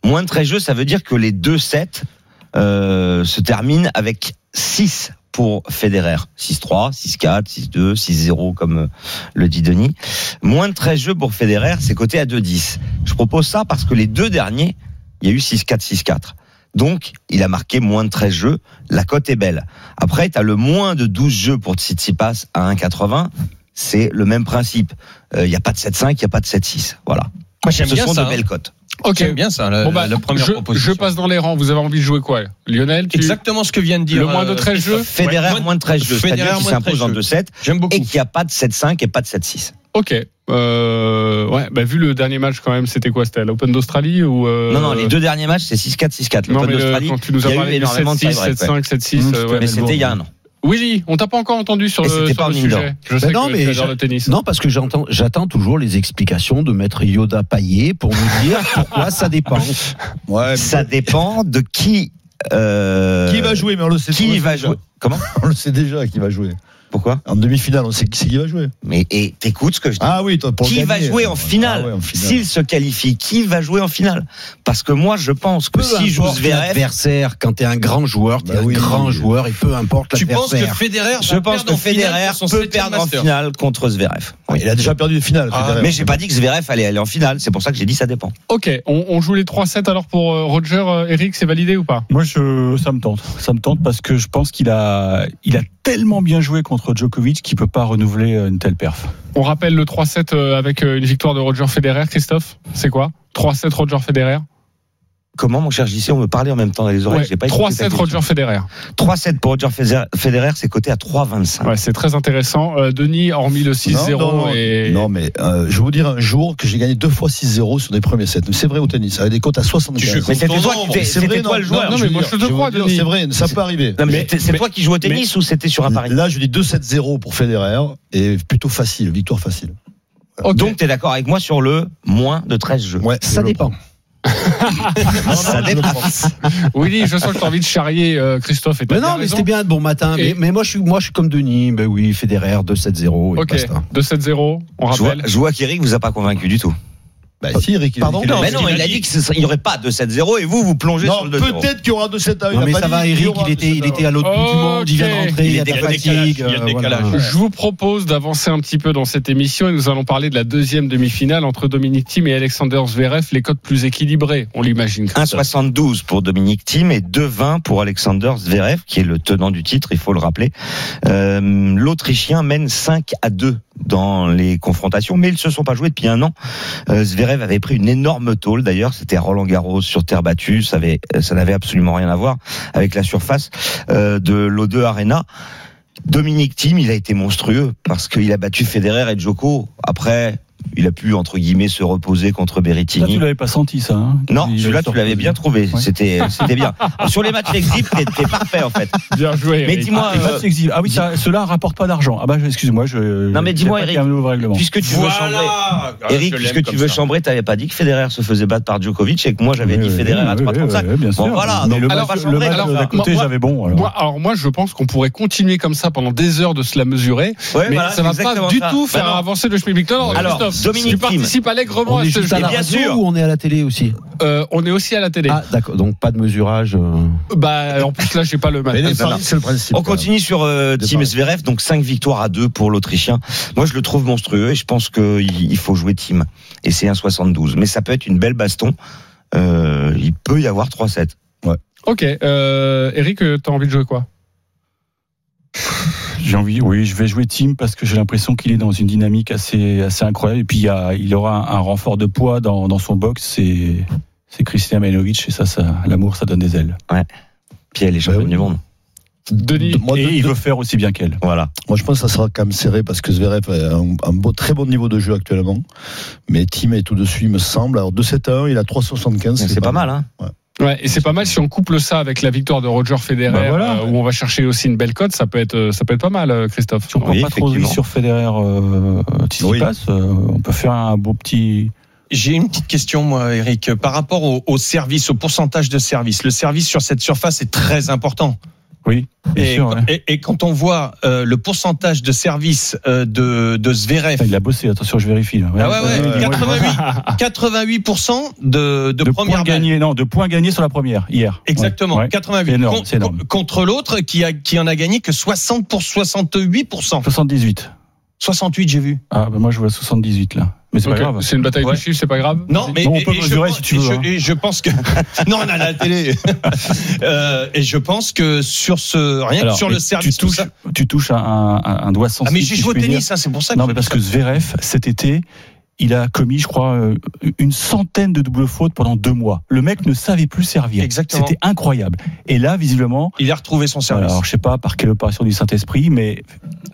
[SPEAKER 8] Moins de 13 jeux, ça veut dire que les deux sets euh, se terminent avec 6 pour Federer. 6-3, 6-4, 6-2, 6-0, comme euh, le dit Denis. Moins de 13 jeux pour Federer, c'est coté à 2-10. Je propose ça parce que les deux derniers, il y a eu 6-4, 6-4. Donc, il a marqué moins de 13 jeux. La cote est belle. Après, tu as le moins de 12 jeux pour Tsitsipas à 1,80. C'est le même principe. Il n'y a pas de 7,5, il n'y a pas de 7,6. Voilà.
[SPEAKER 3] Moi, j'aime
[SPEAKER 8] Ce
[SPEAKER 3] bien
[SPEAKER 8] sont
[SPEAKER 3] ça,
[SPEAKER 8] de
[SPEAKER 3] hein.
[SPEAKER 8] belles cotes.
[SPEAKER 1] Ok.
[SPEAKER 3] J'aime bien ça,
[SPEAKER 8] euh,
[SPEAKER 3] la,
[SPEAKER 1] Bon bah,
[SPEAKER 3] la première
[SPEAKER 1] je,
[SPEAKER 3] proposition.
[SPEAKER 1] je passe dans les rangs. Vous avez envie de jouer quoi, Lionel tu-
[SPEAKER 3] Exactement ce que vient de dire.
[SPEAKER 1] Le moins de
[SPEAKER 3] euh,
[SPEAKER 1] 13 jeux.
[SPEAKER 3] Christophe.
[SPEAKER 8] Federer,
[SPEAKER 3] Ouais,
[SPEAKER 8] moins de 13 jeux.
[SPEAKER 3] Federer,
[SPEAKER 8] C'est-à-dire qu'il
[SPEAKER 3] moins de 13
[SPEAKER 8] s'impose en
[SPEAKER 3] jeux.
[SPEAKER 8] 2,7
[SPEAKER 3] J'aime beaucoup.
[SPEAKER 8] et qu'il n'y a pas de 7,5 et pas de 7,6.
[SPEAKER 1] Ok. Euh, ouais. Bah vu le dernier match quand même, c'était quoi C'était à l'Open d'Australie ou euh,
[SPEAKER 8] Non, non, les deux derniers matchs, c'est 6-4, 6-4.
[SPEAKER 1] Non,
[SPEAKER 8] L'Open
[SPEAKER 1] mais le-
[SPEAKER 8] d'Australie,
[SPEAKER 1] quand tu nous
[SPEAKER 8] il
[SPEAKER 1] as
[SPEAKER 8] y a eu
[SPEAKER 1] parlé du
[SPEAKER 8] énormément de
[SPEAKER 1] 7-6,
[SPEAKER 8] tie-break, ouais.
[SPEAKER 1] 7-5, 7-6.
[SPEAKER 7] Mmh,
[SPEAKER 1] euh, ouais.
[SPEAKER 8] Mais c'était il y a un an.
[SPEAKER 1] Willy, on t'a pas encore entendu sur
[SPEAKER 8] Et
[SPEAKER 1] le,
[SPEAKER 8] c'était
[SPEAKER 1] sur
[SPEAKER 8] pas
[SPEAKER 1] le
[SPEAKER 8] un indoor.
[SPEAKER 1] sujet. Je sais
[SPEAKER 4] non,
[SPEAKER 1] que
[SPEAKER 4] mais
[SPEAKER 1] tu adores
[SPEAKER 4] j'a-
[SPEAKER 1] le tennis.
[SPEAKER 4] Non, parce que j'entends, j'attends toujours les explications de maître Yoda Paillet pour nous dire pourquoi ça dépend.
[SPEAKER 5] Ouais,
[SPEAKER 8] Ça dépend de qui. euh,
[SPEAKER 5] mais qui va jouer Mais on le sait
[SPEAKER 8] Qui
[SPEAKER 5] déjà.
[SPEAKER 8] va jouer Comment
[SPEAKER 5] On le sait déjà qui va jouer.
[SPEAKER 8] Pourquoi
[SPEAKER 5] En demi-finale, on sait qui c'est qui va jouer.
[SPEAKER 8] Mais et t'écoutes ce que je dis.
[SPEAKER 5] Ah oui, toi, pour
[SPEAKER 8] qui
[SPEAKER 5] gagner.
[SPEAKER 8] va jouer en finale
[SPEAKER 5] Ah ouais, en finale.
[SPEAKER 8] S'il se qualifie, qui va jouer en finale Parce que moi, je pense que
[SPEAKER 4] Peu
[SPEAKER 8] si joue
[SPEAKER 4] importe
[SPEAKER 8] Zverev,
[SPEAKER 4] l'adversaire, quand t'es un grand joueur, t'es
[SPEAKER 5] Bah
[SPEAKER 4] un
[SPEAKER 5] oui.
[SPEAKER 4] grand joueur et peu importe
[SPEAKER 3] Tu penses que
[SPEAKER 4] l'adversaire.
[SPEAKER 3] Federer va
[SPEAKER 8] je pense
[SPEAKER 3] perdre
[SPEAKER 8] que
[SPEAKER 3] en finale
[SPEAKER 8] Federer
[SPEAKER 3] pour son
[SPEAKER 8] peut
[SPEAKER 3] septième
[SPEAKER 8] perdre en
[SPEAKER 3] master
[SPEAKER 8] finale contre Zverev. Oui.
[SPEAKER 5] Il a déjà perdu les finales.
[SPEAKER 3] Ah,
[SPEAKER 5] Federer.
[SPEAKER 8] Mais j'ai pas dit que Zverev allait aller en finale, c'est pour ça que j'ai dit ça dépend.
[SPEAKER 1] Ok, on, on joue les 3-7 alors pour euh, Roger, euh, Eric, c'est validé ou pas
[SPEAKER 7] Moi, je, ça me tente. Ça me tente parce que je pense qu'il a, il a tellement bien joué contre Djokovic qu'il peut pas renouveler euh, une telle perf.
[SPEAKER 1] On rappelle le 3-7 euh, avec euh, une victoire de Roger Federer, Christophe C'est quoi 3-7 Roger Federer
[SPEAKER 8] Comment, mon cher JC, on me parlait en même temps dans les oreilles
[SPEAKER 1] Ouais,
[SPEAKER 8] j'ai pas écouté ta
[SPEAKER 1] 3-7
[SPEAKER 8] question.
[SPEAKER 1] Roger Federer.
[SPEAKER 8] 3-7 pour Roger Federer- Federer, c'est coté à 3-25.
[SPEAKER 1] Ouais, c'est très intéressant. Euh, Denis, hormis le
[SPEAKER 5] non,
[SPEAKER 1] 6-0
[SPEAKER 5] non,
[SPEAKER 1] et...
[SPEAKER 5] Non, mais euh, je vais vous dire un jour que j'ai gagné deux fois 6-0 sur des premiers sets. C'est vrai au tennis, avec des cotes à 75.
[SPEAKER 3] Tu joues
[SPEAKER 8] Mais c'était
[SPEAKER 3] Ton
[SPEAKER 8] toi,
[SPEAKER 3] nombre,
[SPEAKER 8] qui-
[SPEAKER 5] C'est
[SPEAKER 8] c'était
[SPEAKER 5] vrai,
[SPEAKER 8] toi
[SPEAKER 5] non,
[SPEAKER 8] le joueur.
[SPEAKER 1] non,
[SPEAKER 5] je
[SPEAKER 1] mais
[SPEAKER 5] veux
[SPEAKER 1] moi,
[SPEAKER 5] dire,
[SPEAKER 1] je te
[SPEAKER 5] vais
[SPEAKER 1] crois,
[SPEAKER 5] vous dire,
[SPEAKER 1] Denis.
[SPEAKER 5] C'est vrai, ça peut arriver.
[SPEAKER 8] Non, mais
[SPEAKER 1] Mais-
[SPEAKER 8] c'était- c'est
[SPEAKER 1] mais-
[SPEAKER 8] toi qui joues au tennis ou c'était sur un pari
[SPEAKER 5] Là, je dis 2-7-0 pour Federer et plutôt facile, victoire facile.
[SPEAKER 1] Ok.
[SPEAKER 8] Donc, t'es d'accord avec moi sur le moins de 13 jeux.
[SPEAKER 5] Ouais,
[SPEAKER 4] Ça dépend.
[SPEAKER 8] Ça dépend.
[SPEAKER 1] Willy, je sens que t'as envie de charrier euh, Christophe et t'as
[SPEAKER 4] Mais
[SPEAKER 1] bien
[SPEAKER 4] non, mais
[SPEAKER 1] raison.
[SPEAKER 4] c'était bien de bon matin.
[SPEAKER 1] Et-
[SPEAKER 4] Mais, mais moi, je suis, moi, je suis comme Denis. Ben oui, Federer 2-7-0 et
[SPEAKER 1] Ok,
[SPEAKER 4] basta.
[SPEAKER 1] 2-7-0, on
[SPEAKER 8] Je vois,
[SPEAKER 1] rappelle.
[SPEAKER 8] je vois qu'Eric vous a pas convaincu du tout.
[SPEAKER 5] Bah, si, Eric, il
[SPEAKER 4] Pardon
[SPEAKER 5] a dit qu'il
[SPEAKER 8] mais
[SPEAKER 5] avait-
[SPEAKER 8] non, il a dit qu'il n'y aurait pas de 7-0 et vous, vous plongez sur
[SPEAKER 5] Non,
[SPEAKER 8] le 2-0.
[SPEAKER 5] peut-être qu'il y aura 2-7 à 1.
[SPEAKER 4] Non, mais ça va, Eric, il était, il était à l'autre bout du monde, il vient de
[SPEAKER 1] Ok.
[SPEAKER 4] rentrer,
[SPEAKER 8] Il
[SPEAKER 4] il y a
[SPEAKER 8] est
[SPEAKER 4] de la
[SPEAKER 8] décalé,
[SPEAKER 4] fatigue.
[SPEAKER 3] il y a le
[SPEAKER 4] euh, voilà.
[SPEAKER 3] décalage.
[SPEAKER 1] Je vous propose d'avancer un petit peu dans cette émission et nous allons parler de la deuxième demi-finale entre Dominic Thiem et Alexander Zverev, les codes plus équilibrés, on l'imagine. Christophe.
[SPEAKER 8] 1,72 pour Dominique Thiem et 2,20 pour Alexander Zverev, qui est le tenant du titre, il faut le rappeler. Euh, L'Autrichien mène 5 à 2 dans les confrontations, mais ils se sont pas joués depuis un an. Euh, Zverev avait pris une énorme tôle d'ailleurs, c'était à Roland Garros sur terre battue, ça avait- ça n'avait absolument rien à voir avec la surface euh, de l'O2 Arena. Dominique Thiem, il a été monstrueux parce qu'il a battu Federer et Djoko. Après, il a pu entre guillemets se reposer contre
[SPEAKER 7] Là,
[SPEAKER 8] Berrettini.
[SPEAKER 7] tu l'avais pas senti, ça. hein
[SPEAKER 8] non,
[SPEAKER 7] Il
[SPEAKER 8] celui-là
[SPEAKER 7] avait
[SPEAKER 8] tu l'avais
[SPEAKER 7] sorti.
[SPEAKER 8] bien trouvé,
[SPEAKER 7] Ouais.
[SPEAKER 8] c'était c'était bien. Sur les matchs exit, t'es t'es parfait en fait.
[SPEAKER 1] Bien joué.
[SPEAKER 8] Mais
[SPEAKER 1] Eric.
[SPEAKER 8] dis-moi,
[SPEAKER 7] Ah, les
[SPEAKER 8] euh,
[SPEAKER 7] matchs exhibe. Ah oui, ça- cela rapporte pas d'argent. Ah bah, je- excuse-moi, je.
[SPEAKER 8] Non, mais
[SPEAKER 7] j'ai
[SPEAKER 8] dis-moi,
[SPEAKER 7] pas
[SPEAKER 8] Eric.
[SPEAKER 7] terminé au règlement.
[SPEAKER 8] puisque tu veux chambrer,
[SPEAKER 3] Voilà Ah,
[SPEAKER 8] Eric,
[SPEAKER 3] je l'aime
[SPEAKER 8] puisque tu
[SPEAKER 3] comme
[SPEAKER 8] veux
[SPEAKER 3] ça.
[SPEAKER 8] chambrer, t'avais pas dit que Federer se faisait battre par Djokovic et que moi j'avais
[SPEAKER 7] Oui,
[SPEAKER 8] dit
[SPEAKER 7] oui,
[SPEAKER 8] Federer à
[SPEAKER 7] oui,
[SPEAKER 8] 3,35.
[SPEAKER 7] oui, oui, bien sûr.
[SPEAKER 8] Bon, voilà.
[SPEAKER 7] Mais
[SPEAKER 8] donc,
[SPEAKER 7] le
[SPEAKER 8] on va
[SPEAKER 7] match,
[SPEAKER 8] pas
[SPEAKER 7] le
[SPEAKER 8] chambrer.
[SPEAKER 7] match
[SPEAKER 1] alors,
[SPEAKER 7] d'à côté,
[SPEAKER 1] moi-
[SPEAKER 7] j'avais bon. alors.
[SPEAKER 1] Moi, alors moi, je pense qu'on pourrait continuer comme ça pendant des heures de se la mesurer,
[SPEAKER 8] Ouais,
[SPEAKER 1] mais
[SPEAKER 8] voilà,
[SPEAKER 1] ça va
[SPEAKER 8] c'est
[SPEAKER 1] pas
[SPEAKER 8] exactement
[SPEAKER 1] du
[SPEAKER 8] ça.
[SPEAKER 1] tout
[SPEAKER 8] Bah
[SPEAKER 1] faire
[SPEAKER 8] non.
[SPEAKER 1] avancer le Schmidt Alors,
[SPEAKER 8] Alors,
[SPEAKER 1] Christophe,
[SPEAKER 8] Dominique Thiem.
[SPEAKER 1] tu participes allègrement
[SPEAKER 4] On
[SPEAKER 1] à
[SPEAKER 4] est
[SPEAKER 1] ce
[SPEAKER 4] juste
[SPEAKER 1] jeu.
[SPEAKER 4] à la
[SPEAKER 8] bien
[SPEAKER 4] radio
[SPEAKER 8] sûr.
[SPEAKER 4] ou on est à la télé aussi
[SPEAKER 1] Euh, on est aussi à la télé.
[SPEAKER 4] Ah d'accord, donc pas de mesurage. euh.
[SPEAKER 1] Bah, en plus là, j'ai pas le match.
[SPEAKER 5] Mais les
[SPEAKER 8] ça
[SPEAKER 5] paris,
[SPEAKER 8] va.
[SPEAKER 5] c'est le principe.
[SPEAKER 8] On continue sur euh,
[SPEAKER 5] De
[SPEAKER 8] Team
[SPEAKER 5] Paris.
[SPEAKER 8] Zverev, donc 5 victoires à 2 pour l'Autrichien. Moi, je le trouve monstrueux et je pense qu'il il faut jouer Team. Et c'est 1,72. Mais ça peut être une belle baston. Euh, il peut y avoir 3-7.
[SPEAKER 1] Ok, euh, Eric, euh, t'as envie de jouer quoi
[SPEAKER 7] J'ai envie, oui, je vais jouer Tim parce que j'ai l'impression qu'il est dans une dynamique assez, assez incroyable. Et puis, il, y a- il aura un, un renfort de poids dans, dans son box. C'est, c'est Christian Mejlovic et ça, ça, l'amour, ça donne des ailes.
[SPEAKER 8] Puis elle est championne
[SPEAKER 5] oui.
[SPEAKER 8] du monde.
[SPEAKER 1] Denis,
[SPEAKER 5] Moi,
[SPEAKER 7] et
[SPEAKER 5] de-
[SPEAKER 7] il
[SPEAKER 5] de-
[SPEAKER 7] veut faire aussi bien qu'elle.
[SPEAKER 8] Voilà.
[SPEAKER 5] Moi, je pense que ça sera quand même serré parce que Zverev a un, un beau, très bon niveau de jeu actuellement. Mais Tim est tout dessus, il me semble. Alors, 2-7-1, il a 3,75.
[SPEAKER 8] C'est pas mal, hein
[SPEAKER 1] Ouais, et c'est pas mal si on couple ça avec la victoire de Roger Federer,
[SPEAKER 7] Bah voilà.
[SPEAKER 1] euh, où on va chercher aussi une belle cote, ça peut être, euh, ça peut être pas mal, euh, Christophe.
[SPEAKER 7] Si on prend
[SPEAKER 8] Oui,
[SPEAKER 7] pas trop de
[SPEAKER 8] effectivement.
[SPEAKER 7] risques sur Federer, euh, Tsitsipas, euh, on peut faire un beau petit.
[SPEAKER 3] J'ai une petite question, moi, Eric, par rapport au, au service, au pourcentage de service. Le service sur cette surface est très important.
[SPEAKER 7] Oui, bien
[SPEAKER 3] Et,
[SPEAKER 7] sûr. ouais.
[SPEAKER 3] et- et quand on voit euh, le pourcentage de service euh, de, de Zverev,
[SPEAKER 7] Enfin, Il a bossé, attention, je vérifie. là.
[SPEAKER 3] Ah ouais, ouais,
[SPEAKER 7] dis-moi, dis-moi.
[SPEAKER 3] 88, 88% de, de,
[SPEAKER 7] de
[SPEAKER 3] première
[SPEAKER 7] points
[SPEAKER 3] balle.
[SPEAKER 7] gagnés, non, de points gagnés sur la première hier.
[SPEAKER 3] Exactement,
[SPEAKER 7] Ouais, ouais.
[SPEAKER 3] 88
[SPEAKER 7] C'est énorme,
[SPEAKER 3] Con-
[SPEAKER 7] c'est énorme.
[SPEAKER 3] con- contre l'autre qui a qui en a gagné que 60 pour 68%.
[SPEAKER 7] 78.
[SPEAKER 3] 68 j'ai vu.
[SPEAKER 7] Ah, bah moi je vois 78 là. Mais c'est
[SPEAKER 1] Ok,
[SPEAKER 7] pas grave.
[SPEAKER 1] C'est une bataille
[SPEAKER 3] Ouais.
[SPEAKER 1] de chiffres, c'est pas grave.
[SPEAKER 3] Non, mais
[SPEAKER 7] Non, on
[SPEAKER 3] et-
[SPEAKER 7] peut
[SPEAKER 3] et je
[SPEAKER 7] mesurer
[SPEAKER 3] pense-
[SPEAKER 7] si tu
[SPEAKER 3] et
[SPEAKER 7] veux,
[SPEAKER 3] je-
[SPEAKER 7] hein.
[SPEAKER 3] Et je pense que non, on a la télé. Euh, et je pense que sur ce rien
[SPEAKER 7] Alors,
[SPEAKER 3] que sur
[SPEAKER 7] mais
[SPEAKER 3] le service
[SPEAKER 7] tu
[SPEAKER 3] tout
[SPEAKER 7] touches,
[SPEAKER 3] ça.
[SPEAKER 7] tu touches à un, à un doigt sensible.
[SPEAKER 3] Ah mais j'ai
[SPEAKER 7] si je
[SPEAKER 3] joué au
[SPEAKER 7] puis dire.
[SPEAKER 3] tennis, hein, c'est pour ça. Que
[SPEAKER 7] Non, mais parce que Zverev, cet été, il a commis, je crois, euh, une centaine de doubles fautes pendant deux mois. Le mec ne savait plus servir.
[SPEAKER 3] Exactement.
[SPEAKER 7] C'était incroyable. Et là, visiblement, euh,
[SPEAKER 3] il a retrouvé son service.
[SPEAKER 7] alors je sais pas par quelle opération du Saint-Esprit, mais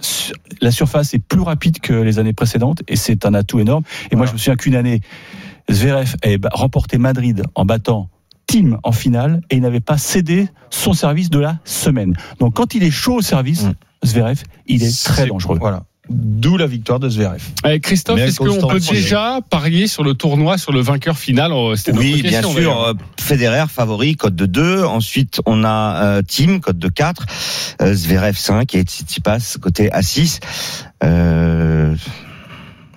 [SPEAKER 7] su- la surface est plus rapide que les années précédentes et c'est un atout énorme. Et moi, je me souviens qu'une année, Zverev avait ba- remporté Madrid en battant Tim en finale et il n'avait pas cédé son service de la semaine. Donc quand il est chaud au service,
[SPEAKER 8] Mm.
[SPEAKER 7] Zverev, il est très
[SPEAKER 3] C'est-
[SPEAKER 7] dangereux.
[SPEAKER 3] Voilà. D'où la victoire de Zverev.
[SPEAKER 1] Eh, Christophe,
[SPEAKER 5] Mais à
[SPEAKER 1] est-ce
[SPEAKER 5] cause
[SPEAKER 1] qu'on peut
[SPEAKER 5] d'Antoine.
[SPEAKER 1] déjà parier sur le tournoi, sur le vainqueur final Oh, c'était notre
[SPEAKER 8] Oui, bien
[SPEAKER 1] question,
[SPEAKER 8] sûr.
[SPEAKER 1] d'ailleurs.
[SPEAKER 8] euh, Federer favori, cote de 2. Ensuite, on a euh, Team, cote de 4. Euh, Zverev 5 et Tsitsipas, côté à 6. Euh,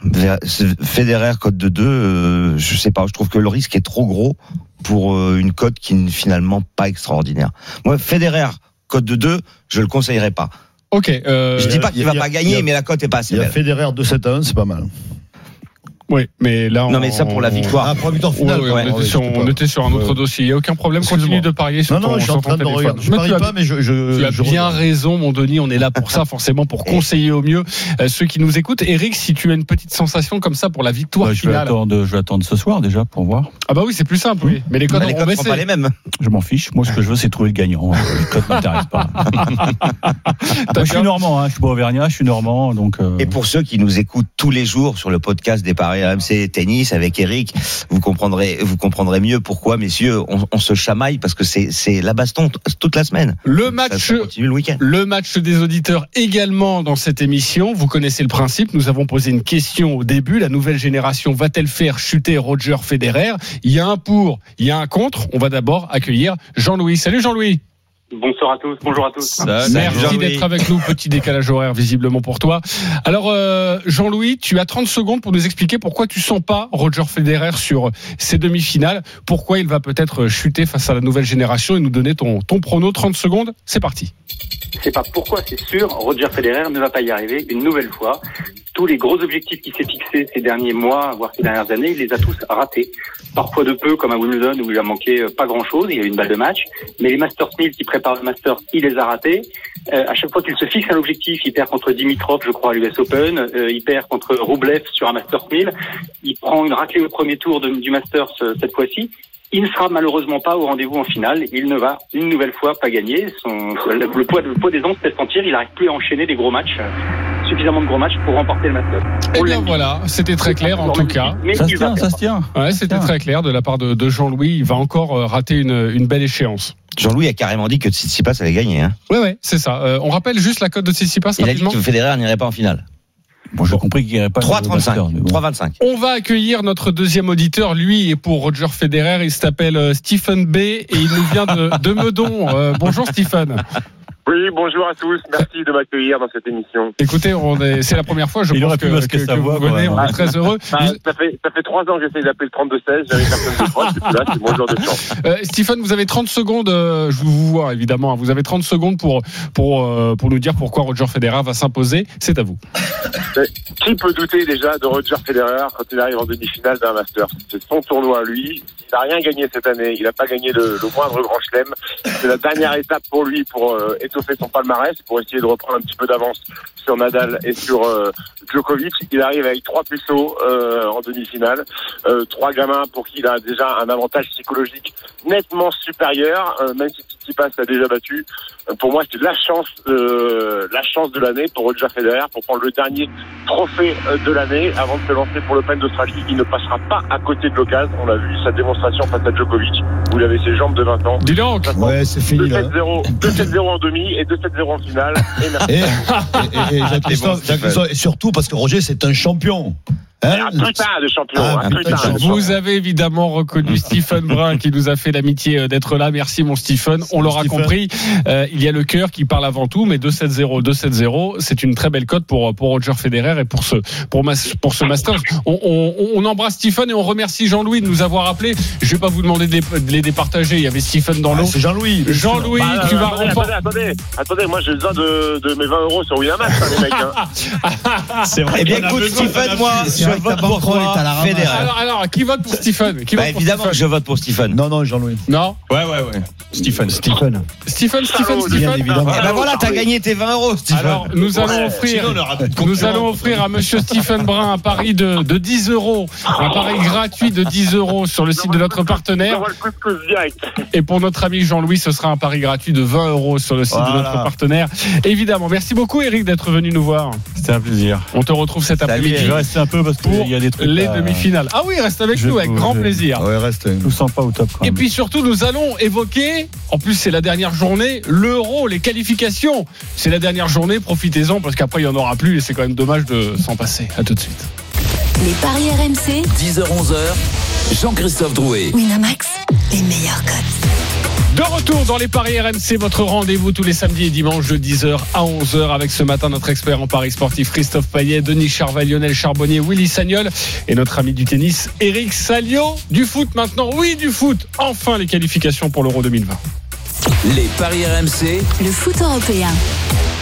[SPEAKER 8] Ver- Federer, cote de 2. euh, je sais pas, je trouve que le risque est trop gros pour euh, une cote qui n'est finalement pas extraordinaire. Moi, Federer, cote de 2, je le conseillerais pas.
[SPEAKER 1] Ok, euh,
[SPEAKER 8] Je dis pas
[SPEAKER 5] il
[SPEAKER 8] qu'il
[SPEAKER 5] y a-
[SPEAKER 8] va
[SPEAKER 5] il y a-
[SPEAKER 8] pas
[SPEAKER 5] il y
[SPEAKER 8] gagner,
[SPEAKER 5] a-
[SPEAKER 8] mais la cote est pas assez
[SPEAKER 5] Il a
[SPEAKER 8] belle.
[SPEAKER 5] Federer 2-7-1, c'est pas mal.
[SPEAKER 1] oui, mais là on...
[SPEAKER 8] Non, mais ça pour la victoire.
[SPEAKER 5] Ah, pour la victoire
[SPEAKER 1] Ouais,
[SPEAKER 5] finale.
[SPEAKER 1] ouais,
[SPEAKER 5] quand même.
[SPEAKER 1] on, était sur,
[SPEAKER 5] Ouais,
[SPEAKER 1] on était sur un autre
[SPEAKER 5] Ouais.
[SPEAKER 1] dossier. Il n'y a aucun problème. Continue
[SPEAKER 5] Excuse-moi.
[SPEAKER 1] de parier sur
[SPEAKER 5] Non, non,
[SPEAKER 1] ton,
[SPEAKER 5] je suis
[SPEAKER 1] sur
[SPEAKER 5] en
[SPEAKER 1] ton
[SPEAKER 5] train de
[SPEAKER 1] téléphone.
[SPEAKER 5] regarder. Je
[SPEAKER 1] Mais
[SPEAKER 5] parie
[SPEAKER 1] tu as-
[SPEAKER 5] pas, mais je. je-
[SPEAKER 1] Tu as
[SPEAKER 5] je
[SPEAKER 1] bien
[SPEAKER 5] regarde.
[SPEAKER 1] raison, mon Denis. On est là pour ça, forcément, pour conseiller au mieux euh, ceux qui nous écoutent. Eric, si tu as une petite sensation comme ça pour la victoire
[SPEAKER 7] Bah, je, vais
[SPEAKER 1] finale.
[SPEAKER 7] attendre, je vais attendre ce soir déjà pour voir.
[SPEAKER 1] Ah bah oui, c'est plus simple, oui. Mais les codes
[SPEAKER 8] Bah, les
[SPEAKER 1] ont
[SPEAKER 8] cotes sont pas
[SPEAKER 1] baissé.
[SPEAKER 8] les mêmes.
[SPEAKER 7] Je m'en fiche. Moi, ce que je veux, c'est trouver le gagnant. Euh, Les cotes m'intéressent pas. Moi, je suis normand, hein. je suis pas auvergnat, je suis normand. Donc, euh,
[SPEAKER 8] Et pour ceux qui nous écoutent tous les jours sur le podcast des Paris RMC Tennis avec Eric, vous comprendrez, vous comprendrez mieux pourquoi, messieurs, on, on se chamaille parce que c'est, c'est la baston t- toute la semaine.
[SPEAKER 1] Le
[SPEAKER 8] Donc, ça-
[SPEAKER 1] match
[SPEAKER 8] ça continue le week-end.
[SPEAKER 1] Le match des auditeurs également dans cette émission. Vous connaissez le principe. Nous avons posé une question au début. La nouvelle génération va-t-elle faire chuter Roger Federer Il y a un pour, il y a un contre. On va d'abord accueillir Jean-Louis. Salut Jean-Louis.
[SPEAKER 9] Bonsoir à tous, bonjour à tous.
[SPEAKER 1] Euh, Merci d'être avec nous. Petit décalage horaire visiblement pour toi. Alors euh, Jean-Louis, tu as 30 secondes pour nous expliquer pourquoi tu sens pas Roger Federer sur ses demi-finales. Pourquoi il va peut-être chuter face à la nouvelle génération et nous donner ton, ton prono. 30 secondes, c'est parti.
[SPEAKER 9] C'est pas pourquoi, c'est sûr, Roger Federer ne va pas y arriver une nouvelle fois. Tous les gros objectifs qu'il s'est fixés ces derniers mois, voire ces dernières années, il les a tous ratés. Parfois de peu, comme à Wimbledon où il a manqué euh, pas grand-chose, il y a eu une balle de match. Mais les Masters 1000 qui préparent le Masters, il les a ratés. Euh, à chaque fois qu'il se fixe un objectif, il perd contre Dimitrov, je crois, à l'US Open. Euh, il perd contre Rublev sur un Masters 1000. Il prend une raclée au premier tour de- du Masters euh, cette fois-ci. Il ne sera malheureusement pas au rendez-vous en finale. Il ne va une nouvelle fois pas gagner. Son, le, poids, le poids des ondes se fait sentir. Il n'arrive plus à enchaîner des gros matchs euh, suffisamment de gros matchs pour remporter le Masters.
[SPEAKER 1] Eh
[SPEAKER 9] On
[SPEAKER 1] bien
[SPEAKER 9] l'a dit.
[SPEAKER 1] voilà, c'était très clair en tout cas.
[SPEAKER 9] Mais il va faire
[SPEAKER 7] tient.
[SPEAKER 1] Ouais, c'était très clair de la part de, de Jean-Louis. Il va encore euh, rater une, une belle échéance.
[SPEAKER 8] Jean-Louis a carrément dit que Tsitsipas allait gagner. Hein.
[SPEAKER 1] Ouais, ouais, c'est ça. Euh, on rappelle juste la cote de Tsitsipas
[SPEAKER 8] Il a dit
[SPEAKER 1] rapidement.
[SPEAKER 8] que Federer n'irait pas en finale.
[SPEAKER 7] Bon, j'ai compris qu'il n'y avait pas.
[SPEAKER 8] 3,35. 3,25.
[SPEAKER 1] On va accueillir notre deuxième auditeur. Lui est pour Roger Federer. Il s'appelle euh, Stephen B. et il nous vient de, de Meudon. Euh, bonjour Stephen.
[SPEAKER 10] Oui, bonjour à tous. Merci de m'accueillir dans cette émission.
[SPEAKER 1] Écoutez, on est- c'est la première fois, je
[SPEAKER 7] Il
[SPEAKER 1] pense
[SPEAKER 7] aurait
[SPEAKER 1] que,
[SPEAKER 7] pu masquer
[SPEAKER 1] que-
[SPEAKER 7] sa
[SPEAKER 1] que
[SPEAKER 7] voix,
[SPEAKER 1] vous venez.
[SPEAKER 7] quand
[SPEAKER 1] On est très heureux.
[SPEAKER 10] Ça, Ah, ça fait, ça fait trois ans que j'essaye d'appeler le 32-16. J'avais personne de proche. Et puis là, c'est mon jour de chance.
[SPEAKER 1] Euh, Stephen, vous avez 30 secondes. euh, je vous vois évidemment. hein, Vous avez 30 secondes pour pour euh, pour nous dire pourquoi Roger Federer va s'imposer. C'est à vous.
[SPEAKER 10] Mais qui peut douter déjà de Roger Federer quand il arrive en demi-finale d'un Master C'est son tournoi à lui. Il n'a rien gagné cette année. Il n'a pas gagné le, le moindre grand chelem. C'est la dernière étape pour lui pour euh, étoffer son palmarès, pour essayer de reprendre un petit peu d'avance sur Nadal et sur euh, Djokovic. Il arrive avec trois puceaux euh, en demi-finale, Euh, trois gamins pour qui il a déjà un avantage psychologique nettement supérieur, euh, même si Tsitsipas l'a déjà battu. Euh, Pour moi, c'est la chance, euh, la chance de l'année pour Roger Federer pour prendre le dernier trophée euh, de l'année avant de se lancer pour l'Open d'Australie. Il ne passera pas à côté de l'occasion. On l'a vu sa démonstration face à Djokovic où il avait ses jambes de 20 ans.
[SPEAKER 1] Dis donc.
[SPEAKER 5] Ouais, c'est fini là.
[SPEAKER 10] 2-7-0 2-7-0 en demi et 2-7-0 en finale. Et merci.
[SPEAKER 5] Et, et- et- et Jacques-Christophe,
[SPEAKER 8] Stephen.
[SPEAKER 5] Jacques-Christophe, et surtout parce que Roger, c'est un champion. Hein
[SPEAKER 10] Un putain de champion.
[SPEAKER 5] Ah,
[SPEAKER 10] un
[SPEAKER 5] putain de
[SPEAKER 10] putain de
[SPEAKER 5] champion.
[SPEAKER 10] champion.
[SPEAKER 1] Vous avez évidemment reconnu Stephen Brun qui nous a fait l'amitié euh, d'être là. Merci mon Stephen. On l'aura
[SPEAKER 5] Stephen.
[SPEAKER 1] compris. euh, il y a le cœur qui parle avant tout, mais 2-7-0, 2-7-0, c'est une très belle cote pour pour Roger Federer et pour ce pour mas- pour ce Masters. On, on- on embrasse Stephen et on remercie Jean-Louis de nous avoir appelé. Je vais pas vous demander de les, de les départager. Il y avait Stephen dans
[SPEAKER 5] Ah,
[SPEAKER 1] l'eau.
[SPEAKER 5] c'est Jean-Louis.
[SPEAKER 1] Jean-Louis,
[SPEAKER 10] Bah,
[SPEAKER 1] tu
[SPEAKER 10] euh,
[SPEAKER 1] vas
[SPEAKER 10] attendez,
[SPEAKER 1] remporter.
[SPEAKER 10] attendez, attendez, attendez, moi j'ai besoin de, de mes 20 euros sur Winamax, hein, les mecs. hein.
[SPEAKER 8] C'est vrai. Eh bien, écoute, Stephen, moi,
[SPEAKER 5] C'est
[SPEAKER 8] je
[SPEAKER 5] vrai que
[SPEAKER 8] vote
[SPEAKER 5] ta
[SPEAKER 8] pour
[SPEAKER 5] banquerolle est à la
[SPEAKER 8] toi,
[SPEAKER 5] ramasse.
[SPEAKER 8] Federer.
[SPEAKER 1] Alors, alors, qui vote pour Stephen Qui vote
[SPEAKER 8] Bah,
[SPEAKER 1] pour
[SPEAKER 8] évidemment que
[SPEAKER 1] Stephen
[SPEAKER 8] je vote pour Stephen.
[SPEAKER 5] Non, non, Jean-Louis.
[SPEAKER 1] Non
[SPEAKER 3] Ouais, ouais, ouais. Stephen.
[SPEAKER 4] Stephen.
[SPEAKER 1] Stephen, Stephen,
[SPEAKER 10] Salaud,
[SPEAKER 1] Stephen.
[SPEAKER 5] Bien évidemment.
[SPEAKER 8] Eh ben voilà, t'as gagné tes 20 euros, Stephen.
[SPEAKER 1] Alors, nous allons offrir, nous allons offrir à Monsieur Stephen Brun un pari de, de 10 euros, un pari gratuit de 10 euros sur le site de notre
[SPEAKER 10] Je
[SPEAKER 1] partenaire.
[SPEAKER 10] vois le couscous direct.
[SPEAKER 1] Et pour notre ami Jean-Louis, ce sera un pari gratuit de 20 euros sur le site de
[SPEAKER 5] Voilà.
[SPEAKER 1] notre partenaire. Évidemment, merci beaucoup Eric d'être venu nous voir.
[SPEAKER 7] C'était un plaisir.
[SPEAKER 1] On te retrouve cet
[SPEAKER 8] Salut,
[SPEAKER 1] après-midi.
[SPEAKER 8] Eric.
[SPEAKER 7] Je vais rester un peu parce
[SPEAKER 1] Pour
[SPEAKER 7] qu'il y a des trucs.
[SPEAKER 1] Les
[SPEAKER 7] à-
[SPEAKER 1] demi-finales. Ah oui, reste avec
[SPEAKER 7] Euh, Je
[SPEAKER 1] nous avec
[SPEAKER 7] vous- Oh,
[SPEAKER 1] grand
[SPEAKER 7] je-
[SPEAKER 1] plaisir.
[SPEAKER 5] Ouais, reste.
[SPEAKER 7] Je me sens pas au top quand
[SPEAKER 1] Et
[SPEAKER 7] même.
[SPEAKER 1] puis surtout, nous allons évoquer, en plus c'est la dernière journée, l'euro, les qualifications. C'est la dernière journée, profitez-en parce qu'après il n'y en aura plus et c'est quand même dommage de s'en passer. À tout de suite.
[SPEAKER 2] Les paris RMC,
[SPEAKER 6] 10h, 11h, Jean-Christophe Drouet.
[SPEAKER 2] Winamax, les meilleurs cotes.
[SPEAKER 1] De retour dans les paris RMC, votre rendez-vous tous les samedis et dimanches de 10h à 11h avec ce matin notre expert en paris sportif Christophe Payet, Denis Charval, Lionel Charbonnier, Willy Sagnol et notre ami du tennis Eric Salio. Du foot maintenant, oui du foot. Enfin les qualifications pour l'Euro 2020.
[SPEAKER 6] Les Paris RMC.
[SPEAKER 2] Le foot européen.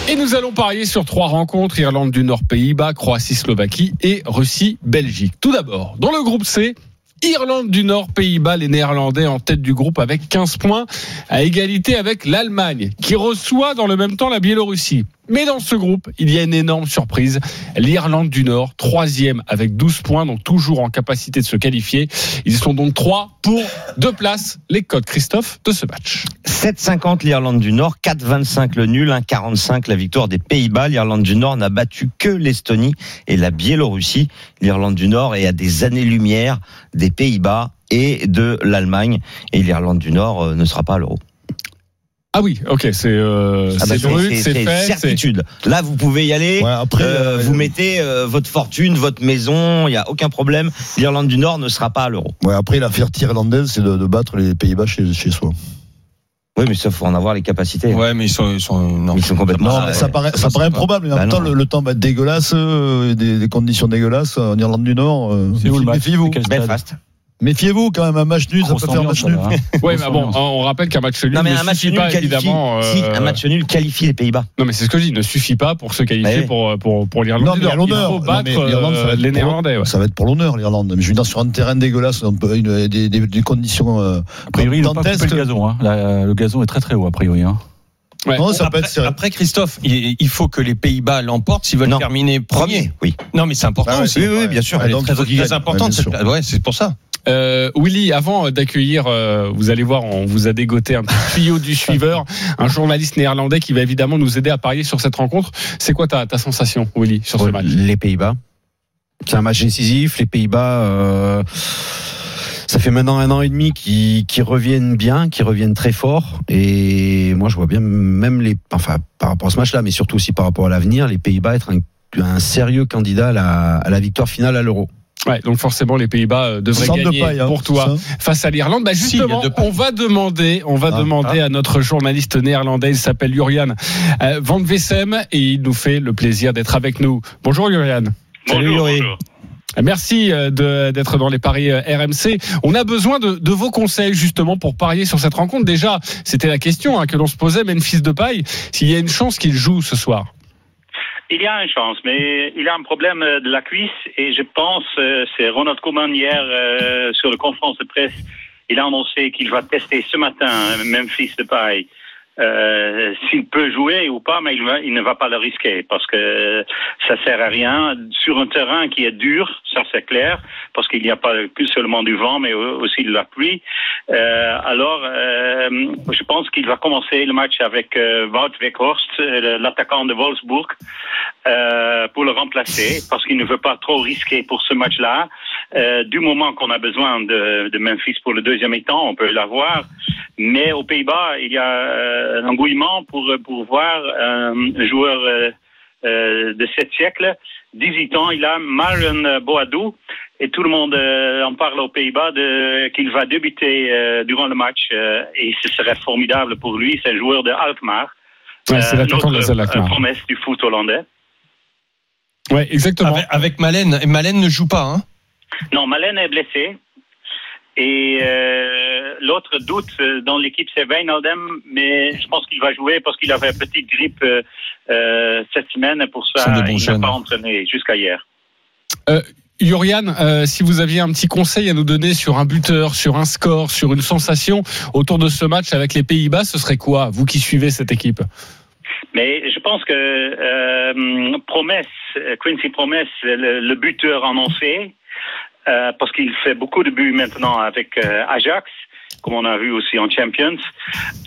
[SPEAKER 1] Et nous allons parier sur trois rencontres Irlande du Nord, Pays-Bas, Croatie, Slovaquie et Russie, Belgique. Tout d'abord, dans le groupe C, Irlande du Nord, Pays-Bas, les Néerlandais en tête du groupe avec 15 points, à égalité avec l'Allemagne, qui reçoit dans le même temps la Biélorussie. Mais dans ce groupe, il y a une énorme surprise. L'Irlande du Nord, troisième avec 12 points, donc toujours en capacité de se qualifier. Ils sont donc trois pour deux places. Les codes, Christophe, de ce match.
[SPEAKER 8] 7,50 l'Irlande du Nord, 4,25 le nul, 1,45 la victoire des Pays-Bas. L'Irlande du Nord n'a battu que l'Estonie et la Biélorussie. L'Irlande du Nord est à des années-lumière des Pays-Bas et de l'Allemagne. Et l'Irlande du Nord euh, ne sera pas à l'euro.
[SPEAKER 1] Ah oui, ok, c'est euh,
[SPEAKER 8] Ah bah,
[SPEAKER 1] c'est brut, c'est fait, c'est-
[SPEAKER 8] certitude. Là, vous pouvez y aller.
[SPEAKER 5] Ouais, après,
[SPEAKER 8] Euh,
[SPEAKER 5] euh,
[SPEAKER 8] vous mettez euh, votre fortune, votre maison, il n'y a aucun problème. L'Irlande du Nord ne sera pas à l'euro.
[SPEAKER 5] Ouais, après, la fierté irlandaise, c'est de, de battre les Pays-Bas chez, chez soi.
[SPEAKER 8] Oui, mais ça, faut en avoir les capacités. hein.
[SPEAKER 3] Ouais, mais ils sont, ils sont, non.
[SPEAKER 8] Ils sont complètement. euh,
[SPEAKER 5] Non, mais ça paraît, ça paraît improbable. Mais en
[SPEAKER 8] Bah
[SPEAKER 5] même temps,
[SPEAKER 8] non.
[SPEAKER 5] le, le temps va être dégueulasse, euh, des, des conditions dégueulasses en Irlande du Nord. euh,
[SPEAKER 7] C'est où le match
[SPEAKER 5] Méfiez-vous.
[SPEAKER 7] C'est quel stade
[SPEAKER 8] Belfast.
[SPEAKER 5] Méfiez-vous quand même, un match nul, ça
[SPEAKER 7] Grosse
[SPEAKER 5] peut faire un
[SPEAKER 7] ambiance,
[SPEAKER 5] match nul.
[SPEAKER 7] là, hein.
[SPEAKER 1] Ouais,
[SPEAKER 7] Grosse
[SPEAKER 1] mais bon,
[SPEAKER 7] ambiance.
[SPEAKER 1] hein, on rappelle qu'un match nul
[SPEAKER 8] Non, mais
[SPEAKER 1] ne
[SPEAKER 8] un match
[SPEAKER 1] suffit
[SPEAKER 8] nul
[SPEAKER 1] pas
[SPEAKER 8] qualifie.
[SPEAKER 1] évidemment.
[SPEAKER 8] Si,
[SPEAKER 1] euh,
[SPEAKER 8] un match nul qualifie les Pays-Bas.
[SPEAKER 1] Non, mais c'est ce que je dis. Il ne suffit pas pour se
[SPEAKER 8] Bah
[SPEAKER 1] qualifier
[SPEAKER 8] oui.
[SPEAKER 1] pour pour pour l'Irlande
[SPEAKER 5] Non,
[SPEAKER 1] du
[SPEAKER 5] mais à
[SPEAKER 1] Nord. Il
[SPEAKER 5] l'honneur.
[SPEAKER 1] faut
[SPEAKER 5] Non,
[SPEAKER 1] battre
[SPEAKER 5] mais l'Irlande, ça va
[SPEAKER 1] euh,
[SPEAKER 5] être
[SPEAKER 1] les
[SPEAKER 5] pour-
[SPEAKER 1] Néerlandais. ouais.
[SPEAKER 5] Ça va être pour l'honneur, l'Irlande. Mais je veux dire, sur un terrain dégueulasse, on peut- une- des, des- des conditions euh,
[SPEAKER 7] A priori, ils n'ont pas coupé
[SPEAKER 5] dantesques.
[SPEAKER 7] le gazon. hein. La- le gazon est très très haut, a priori. hein.
[SPEAKER 1] Ouais.
[SPEAKER 5] Non, ça peut
[SPEAKER 3] Après,
[SPEAKER 5] être sérieux.
[SPEAKER 3] après, Christophe, il, il faut que les Pays-Bas l'emportent s'ils veulent
[SPEAKER 8] Non.
[SPEAKER 3] terminer premier.
[SPEAKER 8] Oui.
[SPEAKER 3] Non, mais c'est important
[SPEAKER 5] Ah ouais,
[SPEAKER 3] aussi.
[SPEAKER 5] oui, oui, bien
[SPEAKER 3] sûr.
[SPEAKER 5] Ouais,
[SPEAKER 3] Elle est
[SPEAKER 5] donc,
[SPEAKER 3] très,
[SPEAKER 5] il faut qu'ils
[SPEAKER 3] très
[SPEAKER 5] gagnent.
[SPEAKER 3] importante.
[SPEAKER 5] Ouais, bien
[SPEAKER 3] cette- ouais, c'est pour ça.
[SPEAKER 1] Euh, Willy, avant d'accueillir, euh, vous allez voir, on vous a dégoté un petit tuyau du suiveur, un journaliste néerlandais qui va évidemment nous aider à parier sur cette rencontre. C'est quoi ta, ta sensation, Willy, sur ce match
[SPEAKER 4] Les Pays-Bas. C'est un match décisif. Les Pays-Bas, euh, ça fait maintenant un an et demi qu'ils qu'ils reviennent bien, qu'ils reviennent très fort. Et moi, je vois bien, même les, enfin, par rapport à ce match-là, mais surtout aussi par rapport à l'avenir, les Pays-Bas être un, un sérieux candidat à la, à la victoire finale à l'Euro.
[SPEAKER 1] Ouais, donc forcément les Pays-Bas euh, devraient
[SPEAKER 4] Sans de
[SPEAKER 1] gagner
[SPEAKER 4] paille, hein,
[SPEAKER 1] pour toi face à l'Irlande. Bah
[SPEAKER 4] Si, il y a
[SPEAKER 1] justement,
[SPEAKER 4] de
[SPEAKER 1] on va demander, on va
[SPEAKER 4] Ah,
[SPEAKER 1] demander à notre journaliste néerlandais, il s'appelle Jurian euh, Van Vessem et il nous fait le plaisir d'être avec nous. Bonjour Jurian.
[SPEAKER 11] Bonjour,
[SPEAKER 1] Yuri.
[SPEAKER 11] bonjour.
[SPEAKER 1] Merci euh, de- d'être dans les paris euh, RMC. On a besoin de, de vos conseils justement pour parier sur cette rencontre. Déjà, c'était la question hein, que l'on se posait, Memphis de paille, s'il y a une chance qu'il joue ce soir.
[SPEAKER 11] Il y a une chance, mais il a un problème euh, de la cuisse et je pense, euh, c'est Ronald Koeman hier euh, sur la conférence de presse, il a annoncé qu'il va tester ce matin euh, Memphis Depay euh, s'il peut jouer ou pas, mais il, va- il ne va pas le risquer parce que euh, ça sert à rien sur un terrain qui est dur, ça c'est clair, parce qu'il n'y a pas plus seulement du vent, mais au- aussi de la pluie. Euh, alors, euh, je pense qu'il va commencer le match avec euh, Wout Weghorst, euh, l'attaquant de Wolfsburg, euh, pour le remplacer, parce qu'il ne veut pas trop risquer pour ce match-là. Euh, du moment qu'on a besoin de, de Memphis pour le deuxième mi-temps, on peut l'avoir. Mais aux Pays-Bas, il y a euh, un engouillement pour, pour voir euh, un joueur euh, euh, de sept siècles. 18 ans, il a Marlon Boadou et tout le monde euh, en parle aux Pays-Bas de- qu'il va débuter euh, durant le match euh, et ce serait formidable pour lui. C'est un joueur de Alkmaar,
[SPEAKER 1] Ouais, c'est
[SPEAKER 11] Euh,
[SPEAKER 1] l'attaquant de
[SPEAKER 11] notre,
[SPEAKER 1] l'AZ Alkmaar.
[SPEAKER 11] euh, promesse du foot hollandais.
[SPEAKER 1] Ouais, exactement.
[SPEAKER 4] Ah ben,
[SPEAKER 3] Avec, avec Malen. Et Malen ne joue pas, hein.
[SPEAKER 11] Non, Malène est blessé. Et euh, l'autre doute euh, dans l'équipe, c'est Wijnaldum, mais je pense qu'il va jouer parce qu'il avait une petite grippe euh, euh, cette semaine. Pour
[SPEAKER 1] Ce sont
[SPEAKER 11] ça,
[SPEAKER 1] de bons
[SPEAKER 11] il n'a
[SPEAKER 1] jeunes.
[SPEAKER 11] pas entraîné jusqu'à hier.
[SPEAKER 1] Euh, Yurian, euh, si vous aviez un petit conseil à nous donner sur un buteur, sur un score, sur une sensation autour de ce match avec les Pays-Bas, ce serait quoi, vous qui suivez cette équipe
[SPEAKER 11] Mais je pense que euh, Promesse, euh, Quincy Promesse, le, le buteur annoncé, euh, parce qu'il fait beaucoup de buts maintenant avec euh, Ajax, comme on a vu aussi en Champions,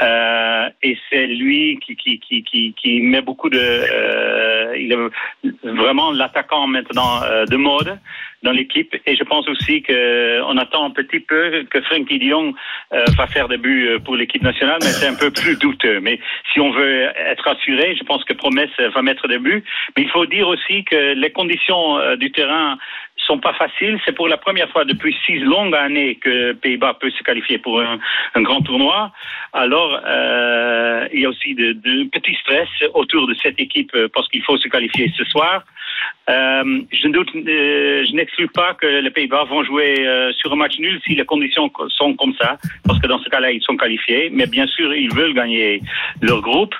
[SPEAKER 11] euh, et c'est lui qui, qui, qui, qui, qui met beaucoup de... euh, il est vraiment l'attaquant maintenant euh, de mode dans l'équipe, et je pense aussi que on attend un petit peu que Frankie Dion va faire des buts euh, pour l'équipe nationale, mais c'est un peu plus douteux. Mais si on veut être assuré, je pense que Promesse euh, va mettre des buts. Mais il faut dire aussi que les conditions euh, du terrain sont pas faciles. C'est pour la première fois depuis six longues années que Pays-Bas peut se qualifier pour un, un grand tournoi. Alors, euh, il y a aussi de, de petits stress autour de cette équipe euh, parce qu'il faut se qualifier ce soir. Euh, je ne doute, euh, je n'exclus pas que les Pays-Bas vont jouer euh, sur un match nul si les conditions co- sont comme ça, parce que dans ce cas-là, ils sont qualifiés. Mais bien sûr, ils veulent gagner leur groupe,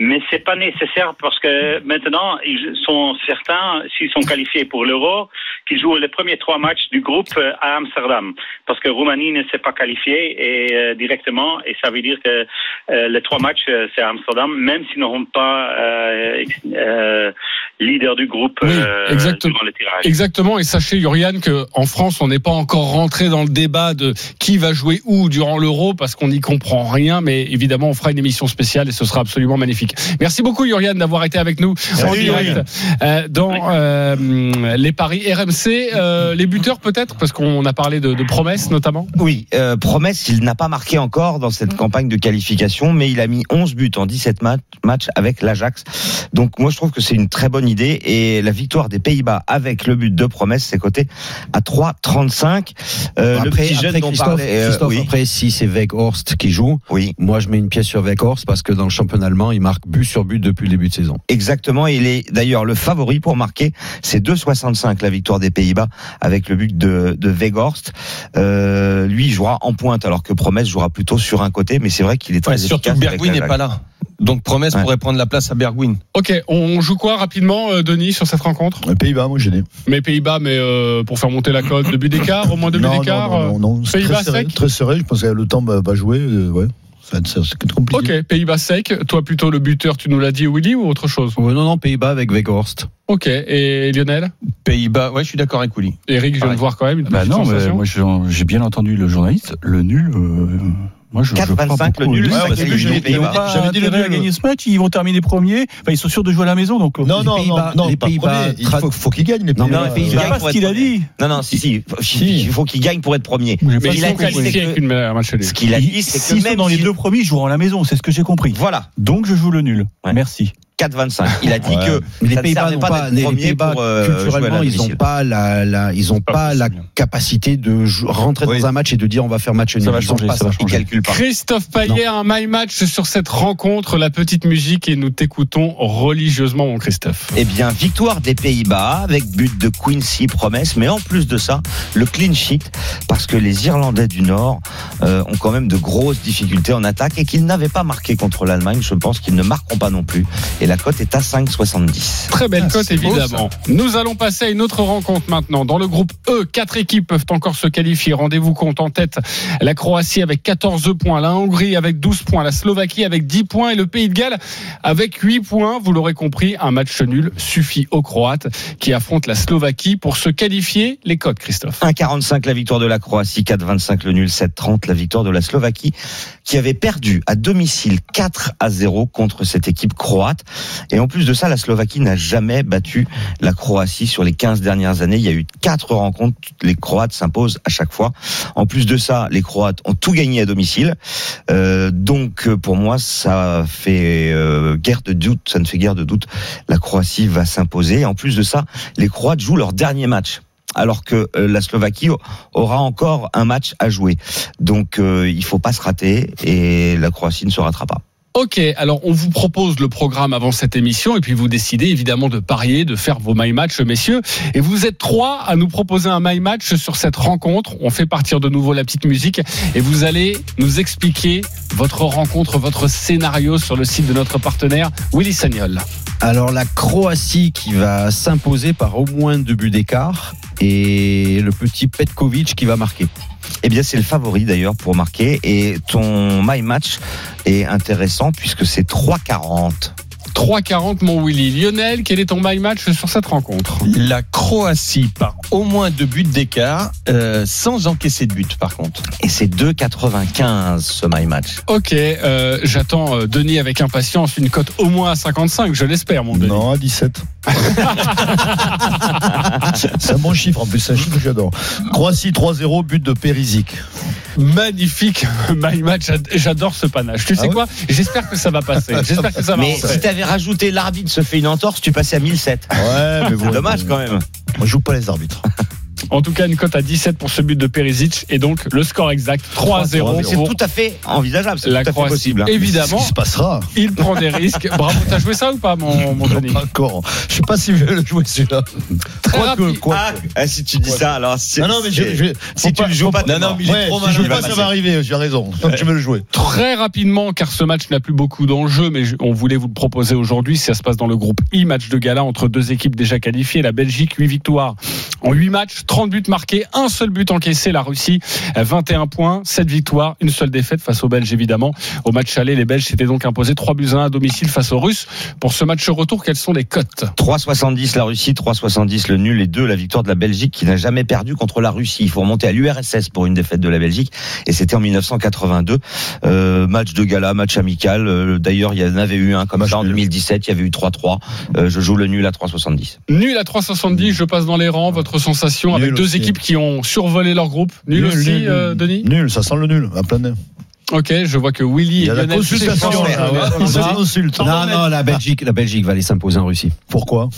[SPEAKER 11] mais c'est pas nécessaire parce que maintenant, ils sont certains, s'ils sont qualifiés pour l'Euro, qu'ils jouent les premiers trois matchs du groupe euh, à Amsterdam, parce que Roumanie ne s'est pas qualifiée et euh, directement, et ça veut dire que euh, les trois matchs euh, c'est à Amsterdam, même s'ils n'auront pas euh, euh, leader du groupe euh,
[SPEAKER 1] exactement.
[SPEAKER 11] durant le tirage.
[SPEAKER 1] Exactement, et sachez Yurian que en France, on n'est pas encore rentré dans le débat de qui va jouer où durant l'Euro parce qu'on n'y comprend rien, mais évidemment, on fera une émission spéciale et ce sera absolument magnifique. Merci beaucoup Yurian d'avoir été avec nous en
[SPEAKER 3] Salut,
[SPEAKER 1] direct
[SPEAKER 3] Yurian.
[SPEAKER 1] euh, dans euh, hum, les paris RMC, euh, les buteurs peut-être parce qu'on a parlé de, de promesses notamment.
[SPEAKER 8] Oui, euh, promesse, il n'a pas marqué encore dans cette campagne de qualification, mais il a mis 11 buts en 17 mat- matchs avec l'Ajax. Donc moi je trouve que c'est une très bonne idée et la victoire des Pays-Bas avec le but de promesse, c'est coté à 3,35. Euh, le petit jeune dont
[SPEAKER 4] Christophe,
[SPEAKER 8] parlait, euh,
[SPEAKER 4] Christophe,
[SPEAKER 8] oui.
[SPEAKER 4] après, si c'est Weghorst qui joue,
[SPEAKER 8] oui.
[SPEAKER 4] moi je mets une pièce sur Weghorst parce que dans le championnat allemand, il marque but sur but depuis le début de saison.
[SPEAKER 8] Exactement, il est d'ailleurs le favori pour marquer. C'est 2,65 la victoire des Pays-Bas avec le but de, de Weghorst. Euh, lui il jouera en pointe alors que Promesse jouera plutôt sur un côté, mais c'est vrai qu'il est très
[SPEAKER 3] Ouais, surtout
[SPEAKER 8] efficace.
[SPEAKER 3] Bergwijn n'est pas là. Donc Promesse pourrait prendre la place à Bergwijn.
[SPEAKER 1] Ok, on joue quoi rapidement, euh, Denis, sur cette rencontre
[SPEAKER 5] Les Pays-Bas, moi j'ai des.
[SPEAKER 1] Mais Pays-Bas, mais euh, pour faire monter la cote, deux buts d'écart, au moins deux buts
[SPEAKER 5] non,
[SPEAKER 1] d'écart.
[SPEAKER 5] non, non, non, non, c'est
[SPEAKER 1] Pays-Bas
[SPEAKER 5] très serré,
[SPEAKER 1] sec
[SPEAKER 5] très serré. Je pense que le temps va va jouer. euh, ouais. Ça va être- ça, c'est compliqué.
[SPEAKER 1] euh. Ok, Pays-Bas sec. Toi plutôt le buteur, tu nous l'as dit, Willy, ou autre chose
[SPEAKER 4] Non, non, Pays-Bas avec Weghorst.
[SPEAKER 1] Ok, et Lionel
[SPEAKER 3] Pays-Bas, ouais, je suis d'accord avec Willy.
[SPEAKER 1] Eric, je viens de voir quand même une
[SPEAKER 7] Bah
[SPEAKER 1] petite
[SPEAKER 7] non, mais
[SPEAKER 1] sensation.
[SPEAKER 7] moi je- j'ai bien entendu le journaliste, le nul. euh, moi je, je crois
[SPEAKER 8] 4,25,
[SPEAKER 7] beaucoup
[SPEAKER 8] le nul,
[SPEAKER 7] au
[SPEAKER 8] c'est la
[SPEAKER 7] parce
[SPEAKER 8] qualité
[SPEAKER 7] qu'ils
[SPEAKER 8] du
[SPEAKER 7] n'ont- ils
[SPEAKER 8] Pays-Bas.
[SPEAKER 7] n'ont pas
[SPEAKER 8] J'avais dit le
[SPEAKER 7] intérêt euh, à
[SPEAKER 8] nul.
[SPEAKER 7] gagner ce match, ils vont terminer premiers. Enfin, ils sont sûrs de jouer à la maison, donc. euh,
[SPEAKER 5] Non, non, non, non,
[SPEAKER 4] les
[SPEAKER 5] pas
[SPEAKER 4] Pays-Bas
[SPEAKER 5] premier. Il
[SPEAKER 4] tra-
[SPEAKER 5] faut, faut qu'ils gagnent les
[SPEAKER 4] Non, mais
[SPEAKER 5] Pays-Bas.
[SPEAKER 8] les Pays-Bas,
[SPEAKER 7] C'est pas
[SPEAKER 8] pour
[SPEAKER 7] ce qu'il
[SPEAKER 8] être
[SPEAKER 7] a dit.
[SPEAKER 8] Non, non, si, si. faut- Il faut qu'il gagne pour être premier.
[SPEAKER 7] Mais
[SPEAKER 1] Mais
[SPEAKER 8] Mais
[SPEAKER 1] ils
[SPEAKER 8] il a
[SPEAKER 1] sont
[SPEAKER 8] dit, c'est
[SPEAKER 1] qualifiés
[SPEAKER 8] que-
[SPEAKER 1] avec une match allée.
[SPEAKER 8] Ce qu'il a dit, c'est
[SPEAKER 7] S'ils
[SPEAKER 8] que
[SPEAKER 7] sont
[SPEAKER 8] même
[SPEAKER 7] dans les
[SPEAKER 8] si-
[SPEAKER 7] deux premiers, ils joueront à la maison, c'est ce que j'ai compris.
[SPEAKER 8] Voilà,
[SPEAKER 7] Donc je joue le nul.
[SPEAKER 8] Ouais.
[SPEAKER 7] Merci.
[SPEAKER 8] 4,25. Il a dit
[SPEAKER 5] Ouais.
[SPEAKER 8] que
[SPEAKER 4] Mais
[SPEAKER 8] ça
[SPEAKER 4] les
[SPEAKER 8] ne
[SPEAKER 4] Pays-Bas
[SPEAKER 8] servait
[SPEAKER 4] n'ont
[SPEAKER 8] pas
[SPEAKER 4] pas,
[SPEAKER 8] d'être
[SPEAKER 4] les
[SPEAKER 8] premier
[SPEAKER 4] Pays-Bas,
[SPEAKER 8] pour, euh, jouer à
[SPEAKER 4] culturellement,
[SPEAKER 8] la
[SPEAKER 4] ils n'ont
[SPEAKER 8] domicile.
[SPEAKER 4] pas la, la- ils ont pas, la capacité de jou- rentrer
[SPEAKER 5] Oui.
[SPEAKER 4] dans un match et de dire on va faire match nul.
[SPEAKER 7] Ça va
[SPEAKER 4] Ils ont
[SPEAKER 7] changer,
[SPEAKER 4] pas
[SPEAKER 7] ça va
[SPEAKER 8] Il
[SPEAKER 7] changer.
[SPEAKER 8] calcule pas.
[SPEAKER 1] Christophe Payet, un my match sur cette rencontre, la petite musique et nous t'écoutons religieusement, mon Christophe.
[SPEAKER 8] Eh bien, victoire des Pays-Bas avec but de Quincy Promesse, mais en plus de ça, le clean sheet parce que les Irlandais du Nord euh, ont quand même de grosses difficultés en attaque et qu'ils n'avaient pas marqué contre l'Allemagne. Je pense qu'ils ne marqueront pas non plus. Et la cote est à 5,70.
[SPEAKER 1] Très belle
[SPEAKER 3] Ah,
[SPEAKER 1] cote,
[SPEAKER 3] c'est beau,
[SPEAKER 1] évidemment. Nous allons passer à une autre rencontre maintenant. Dans le groupe E, quatre équipes peuvent encore se qualifier. Rendez-vous compte en tête. La Croatie avec 14 points, la Hongrie avec 12 points, la Slovaquie avec 10 points et le Pays de Galles avec 8 points. Vous l'aurez compris, un match nul suffit aux Croates qui affrontent la Slovaquie pour se qualifier. Les cotes, Christophe.
[SPEAKER 8] 1,45 la victoire de la Croatie, 4,25 le nul, 7,30 la victoire de la Slovaquie, qui avait perdu à domicile 4 à 0 contre cette équipe croate. Et en plus de ça, la Slovaquie n'a jamais battu la Croatie sur les 15 dernières années. Il y a eu 4 rencontres, les Croates s'imposent à chaque fois. En plus de ça, les Croates ont tout gagné à domicile. Euh, donc euh, pour moi, ça fait euh, guerre de doute, ça ne fait guère de doute. La Croatie va s'imposer. Et en plus de ça, les Croates jouent leur dernier match alors que euh, la Slovaquie au- aura encore un match à jouer. Donc euh, il faut pas se rater et la Croatie ne se ratera pas.
[SPEAKER 1] Ok, alors on vous propose le programme avant cette émission et puis vous décidez évidemment de parier, de faire vos my match, messieurs. Et vous êtes trois à nous proposer un my match sur cette rencontre. On fait partir de nouveau la petite musique et vous allez nous expliquer votre rencontre, votre scénario sur le site de notre partenaire Willy Sagnol.
[SPEAKER 4] Alors la Croatie qui va s'imposer par au moins deux buts d'écart et le petit Petkovic qui va marquer.
[SPEAKER 8] Eh bien c'est le favori d'ailleurs pour marquer et ton my match est intéressant puisque c'est 3,40.
[SPEAKER 1] 3,40 mon Willy. Lionel, quel est ton my match sur cette rencontre
[SPEAKER 3] La Croatie par au moins deux buts d'écart, euh, sans encaisser de but par contre.
[SPEAKER 8] Et c'est 2,95 ce my match.
[SPEAKER 1] Ok, euh, j'attends euh, Denis avec impatience une cote au moins à 55, je l'espère mon Denis.
[SPEAKER 5] Non, à 17. c'est un bon chiffre, en plus, c'est un chiffre que j'adore. Croatie 3-0, but de Périsic.
[SPEAKER 1] Magnifique my match, J'ad- j'adore ce panache. Tu sais
[SPEAKER 5] Ah ouais
[SPEAKER 1] quoi J'espère que ça va passer. J'espère que ça va.
[SPEAKER 8] Mais
[SPEAKER 1] rentrer.
[SPEAKER 8] si t'avais rajouté l'arbitre se fait une entorse, tu passais à 1007.
[SPEAKER 5] Ouais, mais
[SPEAKER 8] C'est
[SPEAKER 5] bon.
[SPEAKER 8] dommage quand
[SPEAKER 1] Ah,
[SPEAKER 8] même.
[SPEAKER 5] On joue pas les arbitres.
[SPEAKER 1] En tout cas, une cote à 17 pour ce but de Perisic et donc le score exact 3-0
[SPEAKER 8] Mais c'est
[SPEAKER 1] pour
[SPEAKER 8] tout à fait envisageable, c'est
[SPEAKER 1] la
[SPEAKER 8] tout à fait
[SPEAKER 1] Croatie.
[SPEAKER 8] possible. hein.
[SPEAKER 5] Ce
[SPEAKER 1] Évidemment,
[SPEAKER 5] qui se passera.
[SPEAKER 1] il prend des risques. Bravo, t'as joué ça ou pas, mon, mon Denis
[SPEAKER 5] Pas encore. Je sais pas si je vais le jouer celui-là.
[SPEAKER 1] Très rapide.
[SPEAKER 8] Ah, ah, si tu dis ça, alors c'est.
[SPEAKER 5] Non, non, mais je,
[SPEAKER 8] c'est-
[SPEAKER 5] je-
[SPEAKER 8] Si
[SPEAKER 5] faut
[SPEAKER 8] tu le joues
[SPEAKER 5] faut
[SPEAKER 8] pas, t'es
[SPEAKER 5] non, non,
[SPEAKER 8] mort.
[SPEAKER 5] mais il est
[SPEAKER 8] Ouais,
[SPEAKER 5] trop
[SPEAKER 8] si
[SPEAKER 5] mal.
[SPEAKER 8] je
[SPEAKER 5] Je
[SPEAKER 8] le
[SPEAKER 5] sais pas,
[SPEAKER 8] passe,
[SPEAKER 5] ça va arriver, j'ai raison. Donc tu veux le jouer.
[SPEAKER 1] Très rapidement, car ce match n'a plus beaucoup d'enjeux, mais je- on voulait vous le proposer aujourd'hui. Ça se passe dans le groupe I, match de gala entre deux équipes déjà qualifiées. La Belgique, 8 victoires en 8 matchs, 30 buts marqués, un seul but encaissé. La Russie, 21 points, 7 victoires, une seule défaite face aux Belges, évidemment. Au match aller, les Belges s'étaient donc imposés 3 buts à 1 à domicile face aux Russes. Pour ce match retour, quelles sont les cotes
[SPEAKER 8] 3,70 la Russie, 3,70 le nul et 2 la victoire de la Belgique qui n'a jamais perdu contre la Russie. Il faut remonter à l'URSS pour une défaite de la Belgique et c'était en 1982. Euh, match de gala, match amical. Euh, D'ailleurs, il y en avait eu un comme
[SPEAKER 5] Match
[SPEAKER 8] ça en
[SPEAKER 5] nul.
[SPEAKER 8] 2017. Il y avait eu 3-3. Euh, je joue le nul à 3,70.
[SPEAKER 1] Nul à 3,70, je passe dans les rangs. Votre sensation
[SPEAKER 5] Nul
[SPEAKER 1] avec deux
[SPEAKER 5] aussi.
[SPEAKER 1] équipes qui ont survolé leur groupe Nul, aussi, euh, Denis
[SPEAKER 5] Nul, ça sent le nul, à plein nez.
[SPEAKER 1] Ok, je vois que Willy
[SPEAKER 5] Il y
[SPEAKER 1] et
[SPEAKER 5] a la
[SPEAKER 1] Lionel se
[SPEAKER 5] consultation.
[SPEAKER 1] changent.
[SPEAKER 5] là,
[SPEAKER 1] Ah ouais.
[SPEAKER 5] ouais. Il se consulte.
[SPEAKER 4] Non, non, la Belgique, la Belgique va aller s'imposer en Russie.
[SPEAKER 5] Pourquoi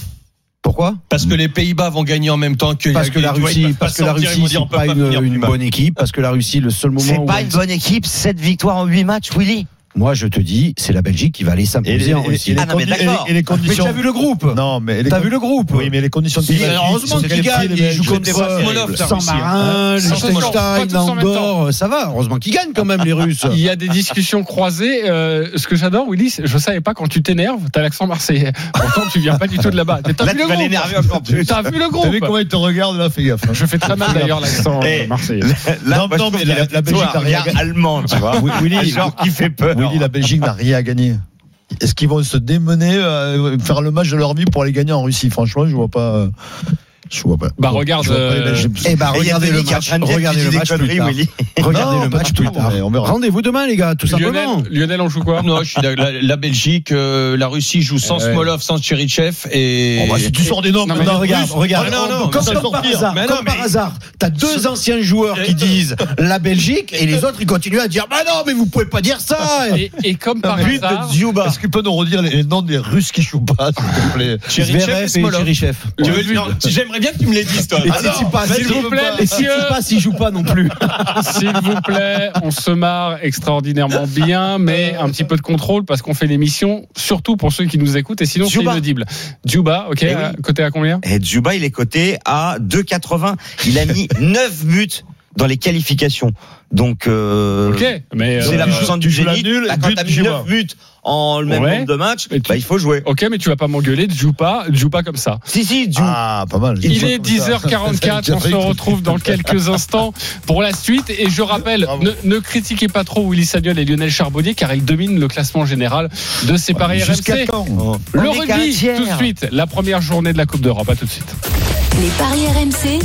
[SPEAKER 4] Pourquoi
[SPEAKER 3] Parce que les Pays-Bas vont gagner en même temps que
[SPEAKER 4] Parce que la
[SPEAKER 3] tu vois, ils
[SPEAKER 4] Russie,
[SPEAKER 3] peuvent
[SPEAKER 4] parce que la
[SPEAKER 3] sortir, ils
[SPEAKER 4] Russie,
[SPEAKER 3] vont dire, on
[SPEAKER 4] c'est
[SPEAKER 3] peut
[SPEAKER 4] pas une,
[SPEAKER 3] finir
[SPEAKER 4] une
[SPEAKER 3] plus bas.
[SPEAKER 4] bonne équipe. Parce que la Russie, le seul moment
[SPEAKER 8] C'est
[SPEAKER 4] où
[SPEAKER 8] pas
[SPEAKER 4] elle-
[SPEAKER 8] une bonne équipe. 7 victoires en 8 matchs, Willy.
[SPEAKER 4] Moi, je te dis, c'est la Belgique qui va aller s'imposer en Russie.
[SPEAKER 5] Ah, non, mais d'accord.
[SPEAKER 4] Mais t'as vu le groupe
[SPEAKER 5] Non, mais
[SPEAKER 4] T'as vu le groupe
[SPEAKER 5] Oui, mais les conditions de
[SPEAKER 4] Il-
[SPEAKER 5] pénalty,
[SPEAKER 4] Heureusement
[SPEAKER 5] c'est
[SPEAKER 4] qu'il gagne,
[SPEAKER 5] terrible,
[SPEAKER 4] il joue
[SPEAKER 5] je
[SPEAKER 4] comme
[SPEAKER 5] sais
[SPEAKER 4] ça.
[SPEAKER 5] pas, c'est
[SPEAKER 4] Sans
[SPEAKER 5] horrible.
[SPEAKER 4] Marin, Liechtenstein, Andorre, Oh, ça va. Heureusement qu'ils gagnent quand même, les Russes.
[SPEAKER 1] Il y a des discussions croisées. euh, ce que j'adore, Willy, c'est- je savais pas quand tu t'énerves, t'as l'accent marseillais. Pourtant, tu viens pas du tout de là-bas. T'as
[SPEAKER 8] Là,
[SPEAKER 1] vu
[SPEAKER 8] tu
[SPEAKER 1] le
[SPEAKER 8] vas
[SPEAKER 1] groupe
[SPEAKER 8] l'énerver encore plus.
[SPEAKER 1] T'as vu le
[SPEAKER 5] T'as vu comment
[SPEAKER 1] groupe
[SPEAKER 5] ils te regardent là, fais gaffe. hein.
[SPEAKER 1] Je fais très mal d'ailleurs l'accent
[SPEAKER 8] Eh,
[SPEAKER 1] euh, marseillais.
[SPEAKER 8] Là, moi,
[SPEAKER 5] Non,
[SPEAKER 8] je
[SPEAKER 5] non,
[SPEAKER 8] trouve
[SPEAKER 5] mais
[SPEAKER 8] qu'il
[SPEAKER 5] la-
[SPEAKER 8] a-
[SPEAKER 5] la Belgique
[SPEAKER 8] tu vois,
[SPEAKER 5] a rien-
[SPEAKER 8] regard allemand, tu vois. Un
[SPEAKER 5] Willy,
[SPEAKER 8] genre qui fait peur.
[SPEAKER 5] Willy, la Belgique n'a rien à gagner. Est-ce qu'ils vont se démener, euh, faire le match de leur vie pour aller gagner en Russie Franchement, je vois pas. euh, Je vois pas. Je
[SPEAKER 1] Bah,
[SPEAKER 5] vois
[SPEAKER 1] regarde,
[SPEAKER 5] pas les
[SPEAKER 1] euh,
[SPEAKER 5] Belges.
[SPEAKER 4] Eh ben,
[SPEAKER 8] Et il y a
[SPEAKER 4] regardez le
[SPEAKER 8] Denis qui est en
[SPEAKER 4] match.
[SPEAKER 8] train de dire
[SPEAKER 4] Regardez
[SPEAKER 8] que tu
[SPEAKER 4] le
[SPEAKER 8] dis des
[SPEAKER 4] match plus
[SPEAKER 8] conneries,
[SPEAKER 4] tard.
[SPEAKER 8] Willy.
[SPEAKER 4] Regardez
[SPEAKER 5] Non,
[SPEAKER 4] le
[SPEAKER 5] pas
[SPEAKER 4] match
[SPEAKER 5] du tout,
[SPEAKER 4] plus tard.
[SPEAKER 5] mais on verra.
[SPEAKER 4] Rendez-vous demain, les gars, tout
[SPEAKER 1] Lionel,
[SPEAKER 4] simplement.
[SPEAKER 1] Lionel, on joue quoi
[SPEAKER 3] Non, je suis d'accord. la, la Belgique, euh, la Russie joue sans
[SPEAKER 1] Ouais.
[SPEAKER 3] Smolov, sans Cherichev et.
[SPEAKER 5] Oh, bah, si tu sors des noms,
[SPEAKER 1] Non, mais
[SPEAKER 5] maintenant,
[SPEAKER 4] regarde,
[SPEAKER 5] Russes,
[SPEAKER 4] regarde.
[SPEAKER 3] Ah, non, non,
[SPEAKER 4] comme
[SPEAKER 3] mais ça,
[SPEAKER 4] comme
[SPEAKER 3] c'est
[SPEAKER 4] par
[SPEAKER 3] pire.
[SPEAKER 4] hasard,
[SPEAKER 3] Mais non,
[SPEAKER 4] comme par
[SPEAKER 3] mais-
[SPEAKER 4] hasard, t'as deux anciens joueurs qui disent la Belgique et les autres ils continuent à dire bah non mais vous pouvez pas dire ça.
[SPEAKER 1] et, et comme par
[SPEAKER 5] But
[SPEAKER 1] hasard,
[SPEAKER 5] de Djouba. Est-ce qu'il peut nous redire les les noms des Russes qui jouent pas, s'il te plaît
[SPEAKER 3] Cherichev et Smolov.
[SPEAKER 4] Chef.
[SPEAKER 3] Tu veux- non, J'aimerais bien que tu me les dises, toi.
[SPEAKER 4] Et
[SPEAKER 3] Ah, non.
[SPEAKER 4] si tu passes,
[SPEAKER 1] s'il vous plaît,
[SPEAKER 4] et si tu
[SPEAKER 1] messieurs.
[SPEAKER 4] passes, il joue pas non plus.
[SPEAKER 1] S'il vous plaît, on se marre extraordinairement bien, mais un petit peu de contrôle parce qu'on fait l'émission, surtout pour ceux qui nous écoutent, et sinon c'est
[SPEAKER 8] Djouba.
[SPEAKER 1] inaudible. Djouba, ok,
[SPEAKER 8] Eh oui.
[SPEAKER 1] à- côté à combien
[SPEAKER 8] Et Djouba, il est coté à 2,80. Il a mis 9 buts dans les qualifications. Donc, euh,
[SPEAKER 1] Ok, mais
[SPEAKER 8] c'est
[SPEAKER 1] euh,
[SPEAKER 8] la puissance du
[SPEAKER 5] tu joues la
[SPEAKER 8] génie.
[SPEAKER 5] nulle,
[SPEAKER 8] Bah, quand
[SPEAKER 5] but
[SPEAKER 8] t'as mis
[SPEAKER 5] Djouba.
[SPEAKER 8] 9 buts en le même
[SPEAKER 1] Ouais.
[SPEAKER 8] nombre de matchs,
[SPEAKER 1] Et tu-
[SPEAKER 8] bah, il faut jouer.
[SPEAKER 1] ok, mais tu vas pas m'engueuler, Djouba, Djouba comme ça.
[SPEAKER 8] Si, si, Djouba.
[SPEAKER 5] Ah, pas mal.
[SPEAKER 1] Il est 10h44, on se retrouve dans quelques instants pour la suite. Et je rappelle,
[SPEAKER 5] Bravo.
[SPEAKER 1] ne, ne critiquez pas trop Willy Sagnol et Lionel Charbonnier car ils dominent le classement général de ces paris
[SPEAKER 5] Jusqu'à
[SPEAKER 1] RMC.
[SPEAKER 5] quand
[SPEAKER 1] Le
[SPEAKER 8] On est qu'à un
[SPEAKER 1] rugby,
[SPEAKER 8] tiers.
[SPEAKER 1] tout de suite, la première journée de la Coupe d'Europe, à tout de suite.
[SPEAKER 2] Les paris RMC,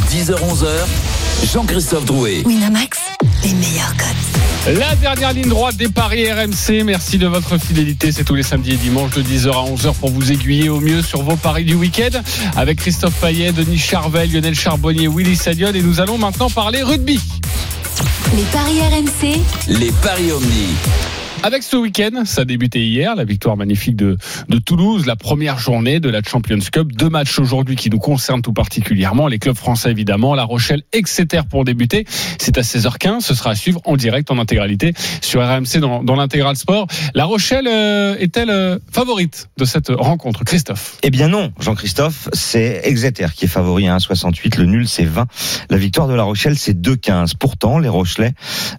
[SPEAKER 6] 10h-11h, Jean-Christophe Drouet.
[SPEAKER 2] Winamax, les meilleurs cotes.
[SPEAKER 1] La dernière ligne droite des paris RMC. Merci de votre fidélité. C'est tous les samedis et dimanches de 10h à 11h pour vous aiguiller au mieux sur vos paris du week-end avec Christophe Payet, Denis Charvel, Lionel Charbonnier, Willy Sagnol. Et nous allons maintenant parler rugby.
[SPEAKER 2] Les paris RMC,
[SPEAKER 6] Les Paris Omni.
[SPEAKER 1] Avec ce week-end, ça a débuté hier, la victoire magnifique de, de Toulouse, la première journée de la Champions Cup. Deux matchs aujourd'hui qui nous concernent tout particulièrement, les clubs français évidemment, La Rochelle, etc. pour débuter. C'est à 16h15, ce sera à suivre en direct, en intégralité, sur RMC dans, dans l'intégral sport. La Rochelle euh, est-elle euh, favorite de cette rencontre, Christophe
[SPEAKER 8] Eh bien non, Jean-Christophe, c'est Exeter qui est favori à 1,68, le nul c'est 20, la victoire de La Rochelle c'est 2,15. Pourtant, les Rochelais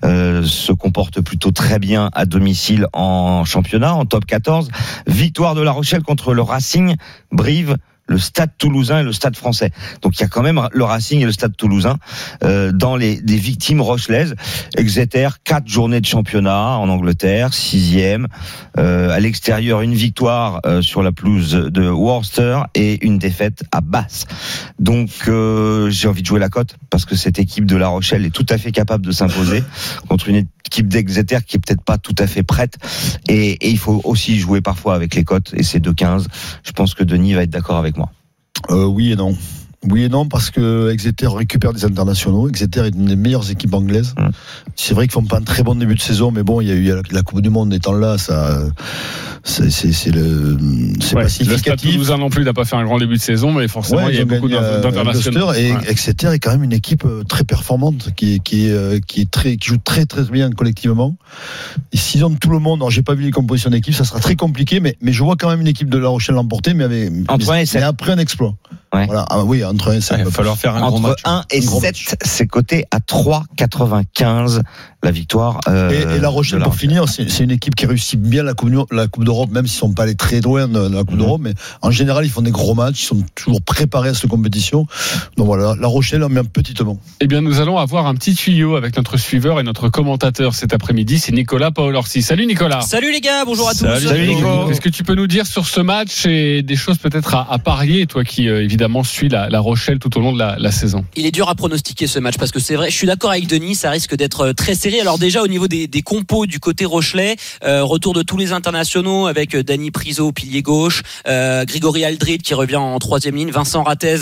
[SPEAKER 8] euh, se comportent plutôt très bien à domicile en championnat, en top 14. Victoire de La Rochelle contre le Racing, Brive, le Stade Toulousain et le Stade Français. Donc il y a quand même le Racing et le Stade Toulousain euh, dans les, les victimes rochelaises. Exeter, quatre journées de championnat en Angleterre, sixième. Euh, à l'extérieur, une victoire euh, sur la pelouse de Worcester et une défaite à Basse. Donc euh, j'ai envie de jouer la cote parce que cette équipe de La Rochelle est tout à fait capable de s'imposer contre une équipe d'Exeter qui est peut-être pas tout à fait prête. Et, et il faut aussi jouer parfois avec les cotes et c'est 2-15. Je pense que Denis va être d'accord avec moi.
[SPEAKER 5] Euh, Oui et non. Oui et non, parce que Exeter récupère des internationaux. Exeter est une des meilleures équipes anglaises.
[SPEAKER 8] Mm.
[SPEAKER 5] C'est vrai qu'ils font pas un très bon début de saison, mais bon, il y a eu la, la Coupe du Monde étant là, ça, c'est c'est- c'est le, c'est pas
[SPEAKER 1] Ouais, Le Stade
[SPEAKER 5] significatif.
[SPEAKER 1] Toulousain non plus n'a pas fait un grand début de saison, mais forcément
[SPEAKER 5] Ouais,
[SPEAKER 1] il y
[SPEAKER 5] ils
[SPEAKER 1] a
[SPEAKER 5] ont
[SPEAKER 1] beaucoup
[SPEAKER 5] gagné à-
[SPEAKER 1] d'in-
[SPEAKER 5] à
[SPEAKER 1] d'internationaux.
[SPEAKER 5] Leicester, et
[SPEAKER 1] Ouais.
[SPEAKER 5] Exeter est quand même une équipe euh, très performante qui est- qui est, euh, qui est très qui joue très très bien collectivement. Et S'ils ont tout le monde, alors j'ai pas vu les compositions d'équipe, ça sera très compliqué, mais mais je vois quand même une équipe de La Rochelle l'emporter, mais avec
[SPEAKER 8] Entre un et
[SPEAKER 5] mais,
[SPEAKER 8] sept.
[SPEAKER 5] mais après un exploit.
[SPEAKER 8] Ouais.
[SPEAKER 5] Voilà, ah oui, entre un et sept.
[SPEAKER 3] Il va falloir faire un gros
[SPEAKER 8] Entre
[SPEAKER 3] match.
[SPEAKER 8] 1 et
[SPEAKER 5] Un gros
[SPEAKER 8] 7, c'est coté à 3,95 la victoire. euh,
[SPEAKER 5] Et, et La Rochelle,
[SPEAKER 8] de
[SPEAKER 5] pour finir, c'est c'est une équipe qui réussit bien la Coupe, la coupe d'Europe, même s'ils sont pas allés très loin de de la Coupe
[SPEAKER 8] Mhm.
[SPEAKER 5] d'Europe. Mais en général, ils font des gros matchs, ils sont toujours préparés à cette compétition. Donc voilà, La Rochelle, on met un petit mot.
[SPEAKER 1] Eh bien, nous allons avoir un petit tuyau avec notre suiveur et notre commentateur cet après-midi. C'est Nicolas Paolorsi. Salut Nicolas.
[SPEAKER 12] Salut les gars, bonjour à tous.
[SPEAKER 3] Salut, salut, Nico.
[SPEAKER 1] Qu'est-ce que tu peux nous dire sur ce match et des choses peut-être à, à parier, toi qui euh, évidemment suis la, la Rochelle tout au long de la, la saison
[SPEAKER 12] Il est dur à pronostiquer ce match parce que c'est vrai, je suis d'accord avec Denis, ça risque d'être euh, très serré. Alors déjà au niveau des, des compos du côté Rochelet, euh, retour de tous les internationaux avec euh, Dany Priso au pilier gauche, euh, Grégory Aldrid qui revient en troisième ligne, Vincent Ratez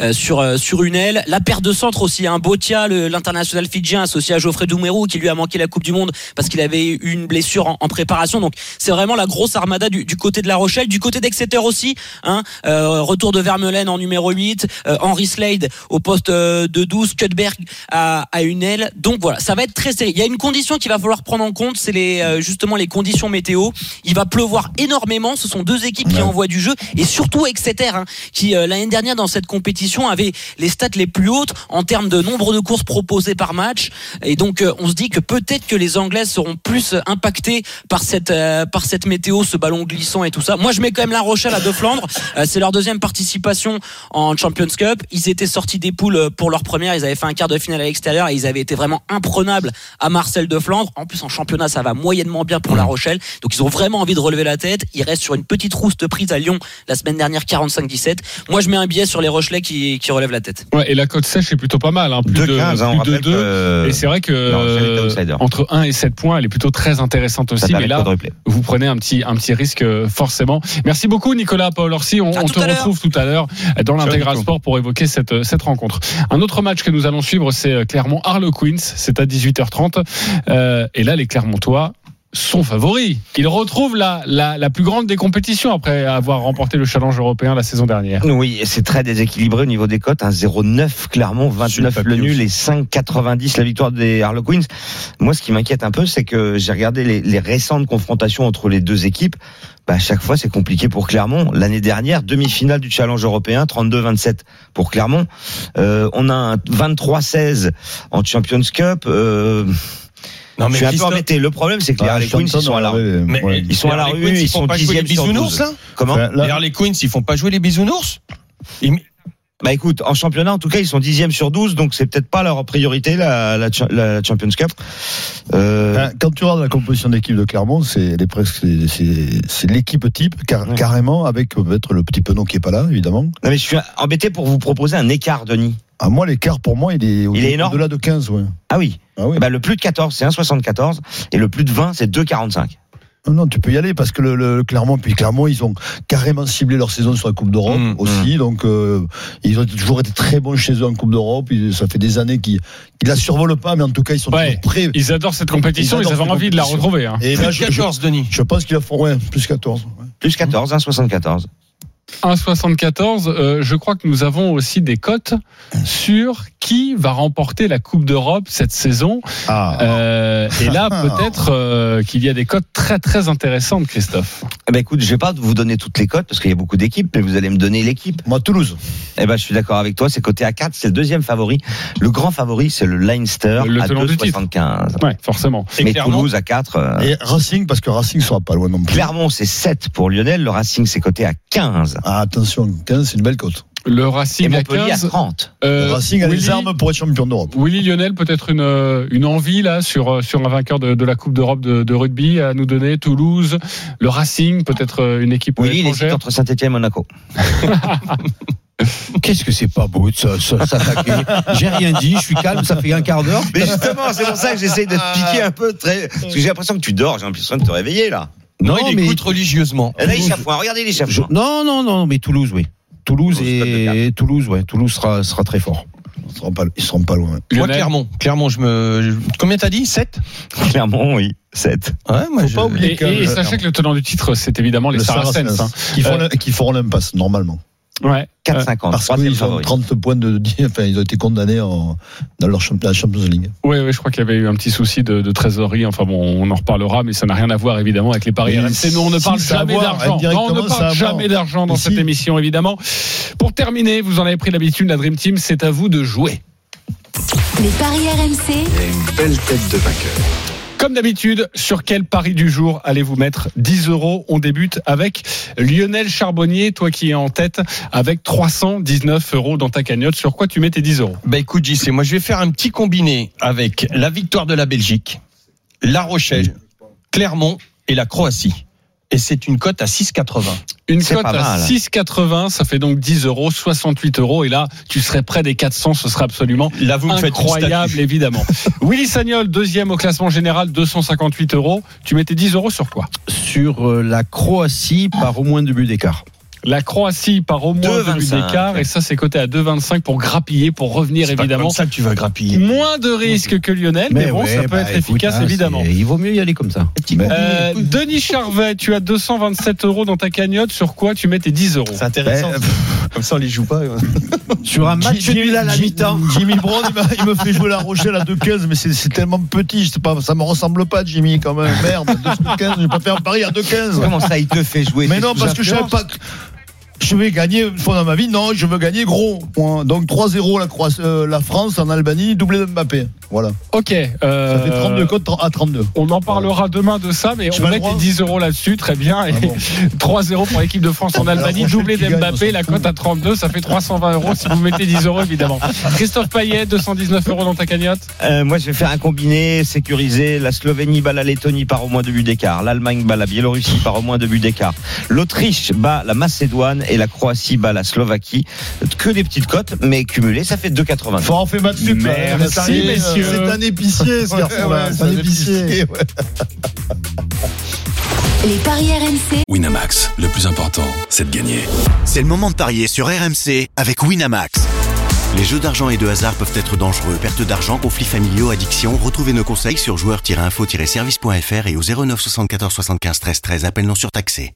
[SPEAKER 12] euh, sur euh, sur une aile, la paire de centre aussi, un hein, Botia, le- l'international fidjien associé à Geoffrey Doumerou qui lui a manqué la Coupe du Monde parce qu'il avait eu une blessure en, en préparation. Donc c'est vraiment la grosse armada du, du côté de La Rochelle, du côté d'Exeter aussi. Hein, euh, retour de Vermeulen en numéro 8, euh, Henry Slade au poste euh, de 12, Kutberg à, à une aile. Donc voilà, ça va être très serré. Il y a il y a une condition qu'il va falloir prendre en compte, c'est les euh, justement les conditions météo. Il va pleuvoir énormément. Ce sont deux équipes qui envoient du jeu et surtout Exeter, hein, qui euh, l'année dernière dans cette compétition avait les stats les plus hautes en termes de nombre de courses proposées par match. Et donc euh, on se dit que peut-être que les Anglaises seront plus impactées par cette euh, par cette météo, ce ballon glissant et tout ça. Moi je mets quand même La Rochelle à De Flandre. Euh, c'est leur deuxième participation en Champions Cup. Ils étaient sortis des poules euh, pour leur première. Ils avaient fait un quart de finale à l'extérieur et ils avaient été vraiment imprenables à Marcel de Flandre. En plus, en championnat, ça va moyennement bien pour La Rochelle. Donc, ils ont vraiment envie de relever la tête. Ils restent sur une petite rousse de prise à Lyon la semaine dernière, 45-17. Moi, je mets un billet sur les Rochelais qui, qui relèvent la tête.
[SPEAKER 1] Ouais, et la cote sèche est plutôt pas mal, hein, plus de,
[SPEAKER 8] 2,15, hein, on
[SPEAKER 1] plus de
[SPEAKER 8] rappelle
[SPEAKER 1] 2.
[SPEAKER 8] que-
[SPEAKER 1] Et c'est vrai que
[SPEAKER 8] Non, j'avais été
[SPEAKER 1] euh,
[SPEAKER 8] outsider.
[SPEAKER 1] entre 1 et 7 points, elle est plutôt très intéressante aussi.
[SPEAKER 8] permet
[SPEAKER 1] Mais là,
[SPEAKER 8] de quadrupler.
[SPEAKER 1] vous prenez un petit, un petit risque euh, forcément. Merci beaucoup Nicolas Paul Orsi. On, on te retrouve tout à l'heure euh, dans l'Intégral
[SPEAKER 3] Nico.
[SPEAKER 1] Sport pour évoquer cette, euh, cette rencontre. Un autre match que nous allons suivre, c'est euh, Clermont Harlequins. C'est à 18h30. Euh, et là, les Clermontois sont favoris. Ils retrouvent la, la, la plus grande des compétitions après avoir remporté le challenge européen la saison dernière.
[SPEAKER 8] Oui, et c'est très déséquilibré au niveau des cotes. Un 0,9 Clermont, 29 le nul et 5,90 la victoire des Harlequins. Moi, ce qui m'inquiète un peu, c'est que j'ai regardé les, les récentes confrontations entre les deux équipes. Bah, à chaque fois, c'est compliqué pour Clermont. L'année dernière, demi-finale du Challenge européen, 32-27 pour Clermont. Euh, on a un 23-16 en Champions Cup. Euh,
[SPEAKER 3] Non, mais
[SPEAKER 8] je suis un peu
[SPEAKER 3] Christophe-
[SPEAKER 8] embêté. Le problème, c'est que les
[SPEAKER 3] Ah,
[SPEAKER 8] Harlequins, ils
[SPEAKER 3] Charlton,
[SPEAKER 8] sont à la rue.
[SPEAKER 3] Mais
[SPEAKER 8] Ils sont à la
[SPEAKER 3] les
[SPEAKER 8] rue,
[SPEAKER 3] Harlequins,
[SPEAKER 8] ils
[SPEAKER 3] font
[SPEAKER 8] sont
[SPEAKER 3] pas jouer les
[SPEAKER 8] 10e sur
[SPEAKER 3] bisounours, hein.
[SPEAKER 8] 12.
[SPEAKER 3] là
[SPEAKER 8] Comment
[SPEAKER 3] Les Harlequins, ils font pas jouer les bisounours Ils-
[SPEAKER 8] Bah écoute, en championnat, en tout cas, ils sont dixième sur 12, donc c'est peut-être pas leur priorité, la, la, cha- la Champions Cup. Euh,
[SPEAKER 1] Ah.
[SPEAKER 5] Enfin, Quand tu regardes la composition d'équipe de Clermont, c'est elle est presque c'est- c'est c'est l'équipe type car- carrément avec euh, peut-être le petit penon qui est pas là évidemment.
[SPEAKER 8] Non mais je suis embêté pour vous proposer un écart, Denis.
[SPEAKER 5] À moi l'écart pour moi il est au-
[SPEAKER 8] Il est énorme.
[SPEAKER 5] au-delà de 15 ouais.
[SPEAKER 8] Ah oui. Bah, le plus de 14, c'est 1,74, et le plus de 20, c'est 2,45.
[SPEAKER 5] Non, Non, tu peux y aller parce que le, le- le Clermont, puis Clermont, ils ont carrément ciblé leur saison sur la Coupe d'Europe
[SPEAKER 8] Mm,
[SPEAKER 5] aussi. Donc, euh, ils ont toujours été très bons chez eux en Coupe d'Europe. Ils- Ça fait des années qu'ils ne la survolent pas, mais en tout cas, ils sont toujours prêts.
[SPEAKER 1] Ils adorent cette compétition, ils,
[SPEAKER 5] adorent
[SPEAKER 1] avaient
[SPEAKER 5] cette
[SPEAKER 1] envie de la
[SPEAKER 5] compétition.
[SPEAKER 1] retrouver. hein.
[SPEAKER 5] Et
[SPEAKER 8] bah,
[SPEAKER 5] là, je- je,
[SPEAKER 3] Denis.
[SPEAKER 5] Je pense qu'il a fait, ouais, plus 14. ouais.
[SPEAKER 8] Plus 14, 1,74.
[SPEAKER 1] 1,74. euh, je crois que nous avons aussi des cotes sur qui va remporter la Coupe d'Europe cette saison.
[SPEAKER 8] Ah.
[SPEAKER 1] Euh, et là, peut-être euh, qu'il y a des cotes très très intéressantes, Christophe.
[SPEAKER 8] Eh ben écoute, je vais pas vous donner toutes les cotes parce qu'il y a beaucoup d'équipes, mais vous allez me donner l'équipe.
[SPEAKER 5] Moi, Toulouse.
[SPEAKER 8] Eh ben, je suis d'accord avec toi. C'est côté A4, c'est le deuxième favori. Le grand favori, c'est le Leinster
[SPEAKER 1] Le
[SPEAKER 8] à
[SPEAKER 1] tenant du titre.
[SPEAKER 8] 2,75.
[SPEAKER 1] Ouais, forcément.
[SPEAKER 8] Mais Toulouse à 4.
[SPEAKER 1] Hein.
[SPEAKER 8] euh,
[SPEAKER 5] Et Racing, parce que Racing sera pas loin non plus.
[SPEAKER 8] Clermont, c'est 7 pour Lionel. Le Racing, c'est coté à 15.
[SPEAKER 5] Ah, attention, 15, c'est une belle cote.
[SPEAKER 1] Le
[SPEAKER 8] Et
[SPEAKER 1] Racing à
[SPEAKER 8] Montpellier à
[SPEAKER 1] 15.
[SPEAKER 8] 30.
[SPEAKER 1] Euh,
[SPEAKER 5] Le Racing a
[SPEAKER 1] Willy-
[SPEAKER 5] les armes pour être champion d'Europe.
[SPEAKER 1] Willy Lionel, peut-être une, euh, une envie là sur, euh, sur un vainqueur de, de la Coupe d'Europe de, de rugby à nous donner. Toulouse, le Racing, peut-être euh, une équipe
[SPEAKER 8] Willy, il hésite
[SPEAKER 1] étrangère.
[SPEAKER 8] entre Saint-Etienne et Monaco.
[SPEAKER 4] Qu'est-ce que c'est pas beau de ça- ça- s'attaquer J'ai rien dit, je suis calme, ça fait un quart d'heure.
[SPEAKER 8] Mais justement, c'est pour ça que j'essaie de te piquer un peu très. Parce que j'ai l'impression que tu dors, j'ai l'impression de te réveiller là.
[SPEAKER 4] Non,
[SPEAKER 3] il
[SPEAKER 4] mais-
[SPEAKER 3] écoute religieusement.
[SPEAKER 8] Et là, il chafouin. Regardez les
[SPEAKER 4] Je-
[SPEAKER 8] chafouins.
[SPEAKER 4] Non, non, non, mais Toulouse, oui. Toulouse
[SPEAKER 8] Toulouse,
[SPEAKER 4] et Toulouse, ouais, Toulouse sera, sera très fort.
[SPEAKER 5] Ils seront pas, ils seront pas loin.
[SPEAKER 3] Moi,
[SPEAKER 1] Lionel.
[SPEAKER 3] Clermont. Clermont, je me. je- Combien t'as dit 7
[SPEAKER 8] Clairement, oui. 7.
[SPEAKER 3] Ouais, moi, je-
[SPEAKER 5] pas oublier
[SPEAKER 1] Et, et- et sachez que le tenant du titre, c'est évidemment les
[SPEAKER 5] Le
[SPEAKER 1] Saracens.
[SPEAKER 5] Saracens,
[SPEAKER 1] hein.
[SPEAKER 5] qui, feront
[SPEAKER 1] Euh,
[SPEAKER 5] le- qui feront l'impasse, normalement.
[SPEAKER 1] Ouais. Euh,
[SPEAKER 8] 4,50.
[SPEAKER 5] Parce
[SPEAKER 8] troisième
[SPEAKER 5] qu'ils ont
[SPEAKER 8] favori.
[SPEAKER 5] 30 points de. Enfin, ils ont été condamnés en- dans leur champ- la Champions League.
[SPEAKER 1] Oui, je crois qu'il y avait eu un petit souci de, de trésorerie. Enfin bon, on en reparlera, mais ça n'a rien à voir évidemment avec les paris
[SPEAKER 5] Mais
[SPEAKER 1] RMC. Nous, on ne
[SPEAKER 5] si,
[SPEAKER 1] parle
[SPEAKER 5] ça a à
[SPEAKER 1] jamais
[SPEAKER 5] voir,
[SPEAKER 1] d'argent. Non, On ne
[SPEAKER 5] indirectement, ça a
[SPEAKER 1] parle
[SPEAKER 5] à voir.
[SPEAKER 1] jamais d'argent dans
[SPEAKER 5] Mais
[SPEAKER 1] cette
[SPEAKER 5] si.
[SPEAKER 1] émission, évidemment. Pour terminer, vous en avez pris l'habitude, la Dream Team, c'est à vous de jouer.
[SPEAKER 2] Les paris RMC.
[SPEAKER 13] Et une belle tête de vainqueur.
[SPEAKER 1] Comme d'habitude, sur quel pari du jour allez-vous mettre 10 euros On débute avec Lionel Charbonnier, toi qui es en tête avec 319 euros dans ta cagnotte. Sur quoi tu mets tes 10 euros
[SPEAKER 3] Bah écoute, JC, moi je vais faire un petit combiné avec la victoire de la Belgique, La Rochelle, Clermont et la Croatie. Et c'est une cote à 6,80.
[SPEAKER 1] Une
[SPEAKER 8] C'est
[SPEAKER 1] cote
[SPEAKER 8] pas
[SPEAKER 1] à
[SPEAKER 8] mal.
[SPEAKER 1] 6,80, ça fait donc 10 euros, 68 euros. Et là, tu serais près des 400, ce serait absolument
[SPEAKER 3] Là, vous me faites une
[SPEAKER 1] incroyable,
[SPEAKER 3] statue.
[SPEAKER 1] évidemment. Willy Sagnol, deuxième au classement général, 258 euros. Tu mettais 10 euros sur quoi
[SPEAKER 4] Sur euh, la Croatie par au moins deux buts d'écart.
[SPEAKER 1] La Croatie par au moins 2 buts
[SPEAKER 8] 2,25.
[SPEAKER 1] d'écart. Et ça, c'est coté à 2,25 pour grappiller, pour revenir,
[SPEAKER 3] C'est pas
[SPEAKER 1] évidemment.
[SPEAKER 3] comme ça que tu vas grappiller.
[SPEAKER 1] Moins de risques que Lionel, mais, bon,
[SPEAKER 4] ouais,
[SPEAKER 1] ça peut
[SPEAKER 4] bah,
[SPEAKER 1] être
[SPEAKER 4] écoute,
[SPEAKER 1] efficace,
[SPEAKER 4] hein,
[SPEAKER 1] évidemment.
[SPEAKER 4] c'est- Il vaut mieux y aller comme ça. Ben,
[SPEAKER 1] Euh, Denis Charvet, tu as 227 euros dans ta cagnotte. Sur quoi tu mets tes 10 euros
[SPEAKER 3] C'est intéressant.
[SPEAKER 8] Ben,
[SPEAKER 3] ça.
[SPEAKER 5] Comme ça, on les joue pas. hein.
[SPEAKER 14] Sur un match
[SPEAKER 5] Jimmy-
[SPEAKER 14] nul à la
[SPEAKER 5] Jimmy-
[SPEAKER 14] mi-temps.
[SPEAKER 5] Jimmy Brown, il m'a- il me fait jouer la Rochelle à 2,15, mais c'est c'est tellement petit, je sais pas, ça me ressemble pas, Jimmy, quand même. Merde, 2,15, je vais pas faire Paris à 2,15.
[SPEAKER 8] Comment ça, il te fait jouer
[SPEAKER 5] Mais
[SPEAKER 8] C'est
[SPEAKER 5] non,
[SPEAKER 8] sous
[SPEAKER 5] parce que je savais
[SPEAKER 8] influence.
[SPEAKER 5] pas que je vais gagner une fois dans ma vie. Non, je veux gagner gros. Point. Donc 3-0 la, Croatie- euh, la France en Albanie, doublé de Mbappé. Voilà.
[SPEAKER 1] Ok. euh,
[SPEAKER 5] Ça fait 32 codes à 32.
[SPEAKER 1] On en parlera demain de ça, mais
[SPEAKER 5] J'ai
[SPEAKER 1] on
[SPEAKER 5] pas
[SPEAKER 1] met
[SPEAKER 5] le droit
[SPEAKER 1] les 10 euros là-dessus, très bien.
[SPEAKER 5] Ah
[SPEAKER 1] Et 3-0 pour l'équipe de France en Albanie,
[SPEAKER 5] Rochelle
[SPEAKER 1] doublé
[SPEAKER 5] qui gagne,
[SPEAKER 1] d'Mbappé,
[SPEAKER 5] on
[SPEAKER 1] la cote à 32, ça fait 320 euros si vous mettez 10 euros évidemment. Christophe Payet, 219 euros dans ta cagnotte.
[SPEAKER 8] Euh, moi, je vais faire un combiné sécurisé. La Slovénie bat la Lettonie par au moins deux buts d'écart. L'Allemagne bat la Biélorussie par au moins deux buts d'écart. L'Autriche bat la Macédoine et la Croatie bat la Slovaquie. Que des petites cotes, mais cumulées, ça fait 2,80.
[SPEAKER 5] Faut en faire match sup. là.
[SPEAKER 1] Merci,
[SPEAKER 5] Euh,
[SPEAKER 1] messieurs.
[SPEAKER 5] C'est un épicier, ce
[SPEAKER 1] Ouais,
[SPEAKER 5] garçon-là.
[SPEAKER 1] ouais,
[SPEAKER 5] C'est un épicier. ouais.
[SPEAKER 2] Les paris RMC.
[SPEAKER 15] Winamax, le plus important, c'est de gagner.
[SPEAKER 4] C'est le moment de parier sur RMC avec Winamax. Les jeux d'argent et de hasard peuvent être dangereux. Perte d'argent, conflits familiaux, addiction. Retrouvez nos conseils sur joueurs-info-service.fr et au 09 74 75 13 13. Appel non surtaxé.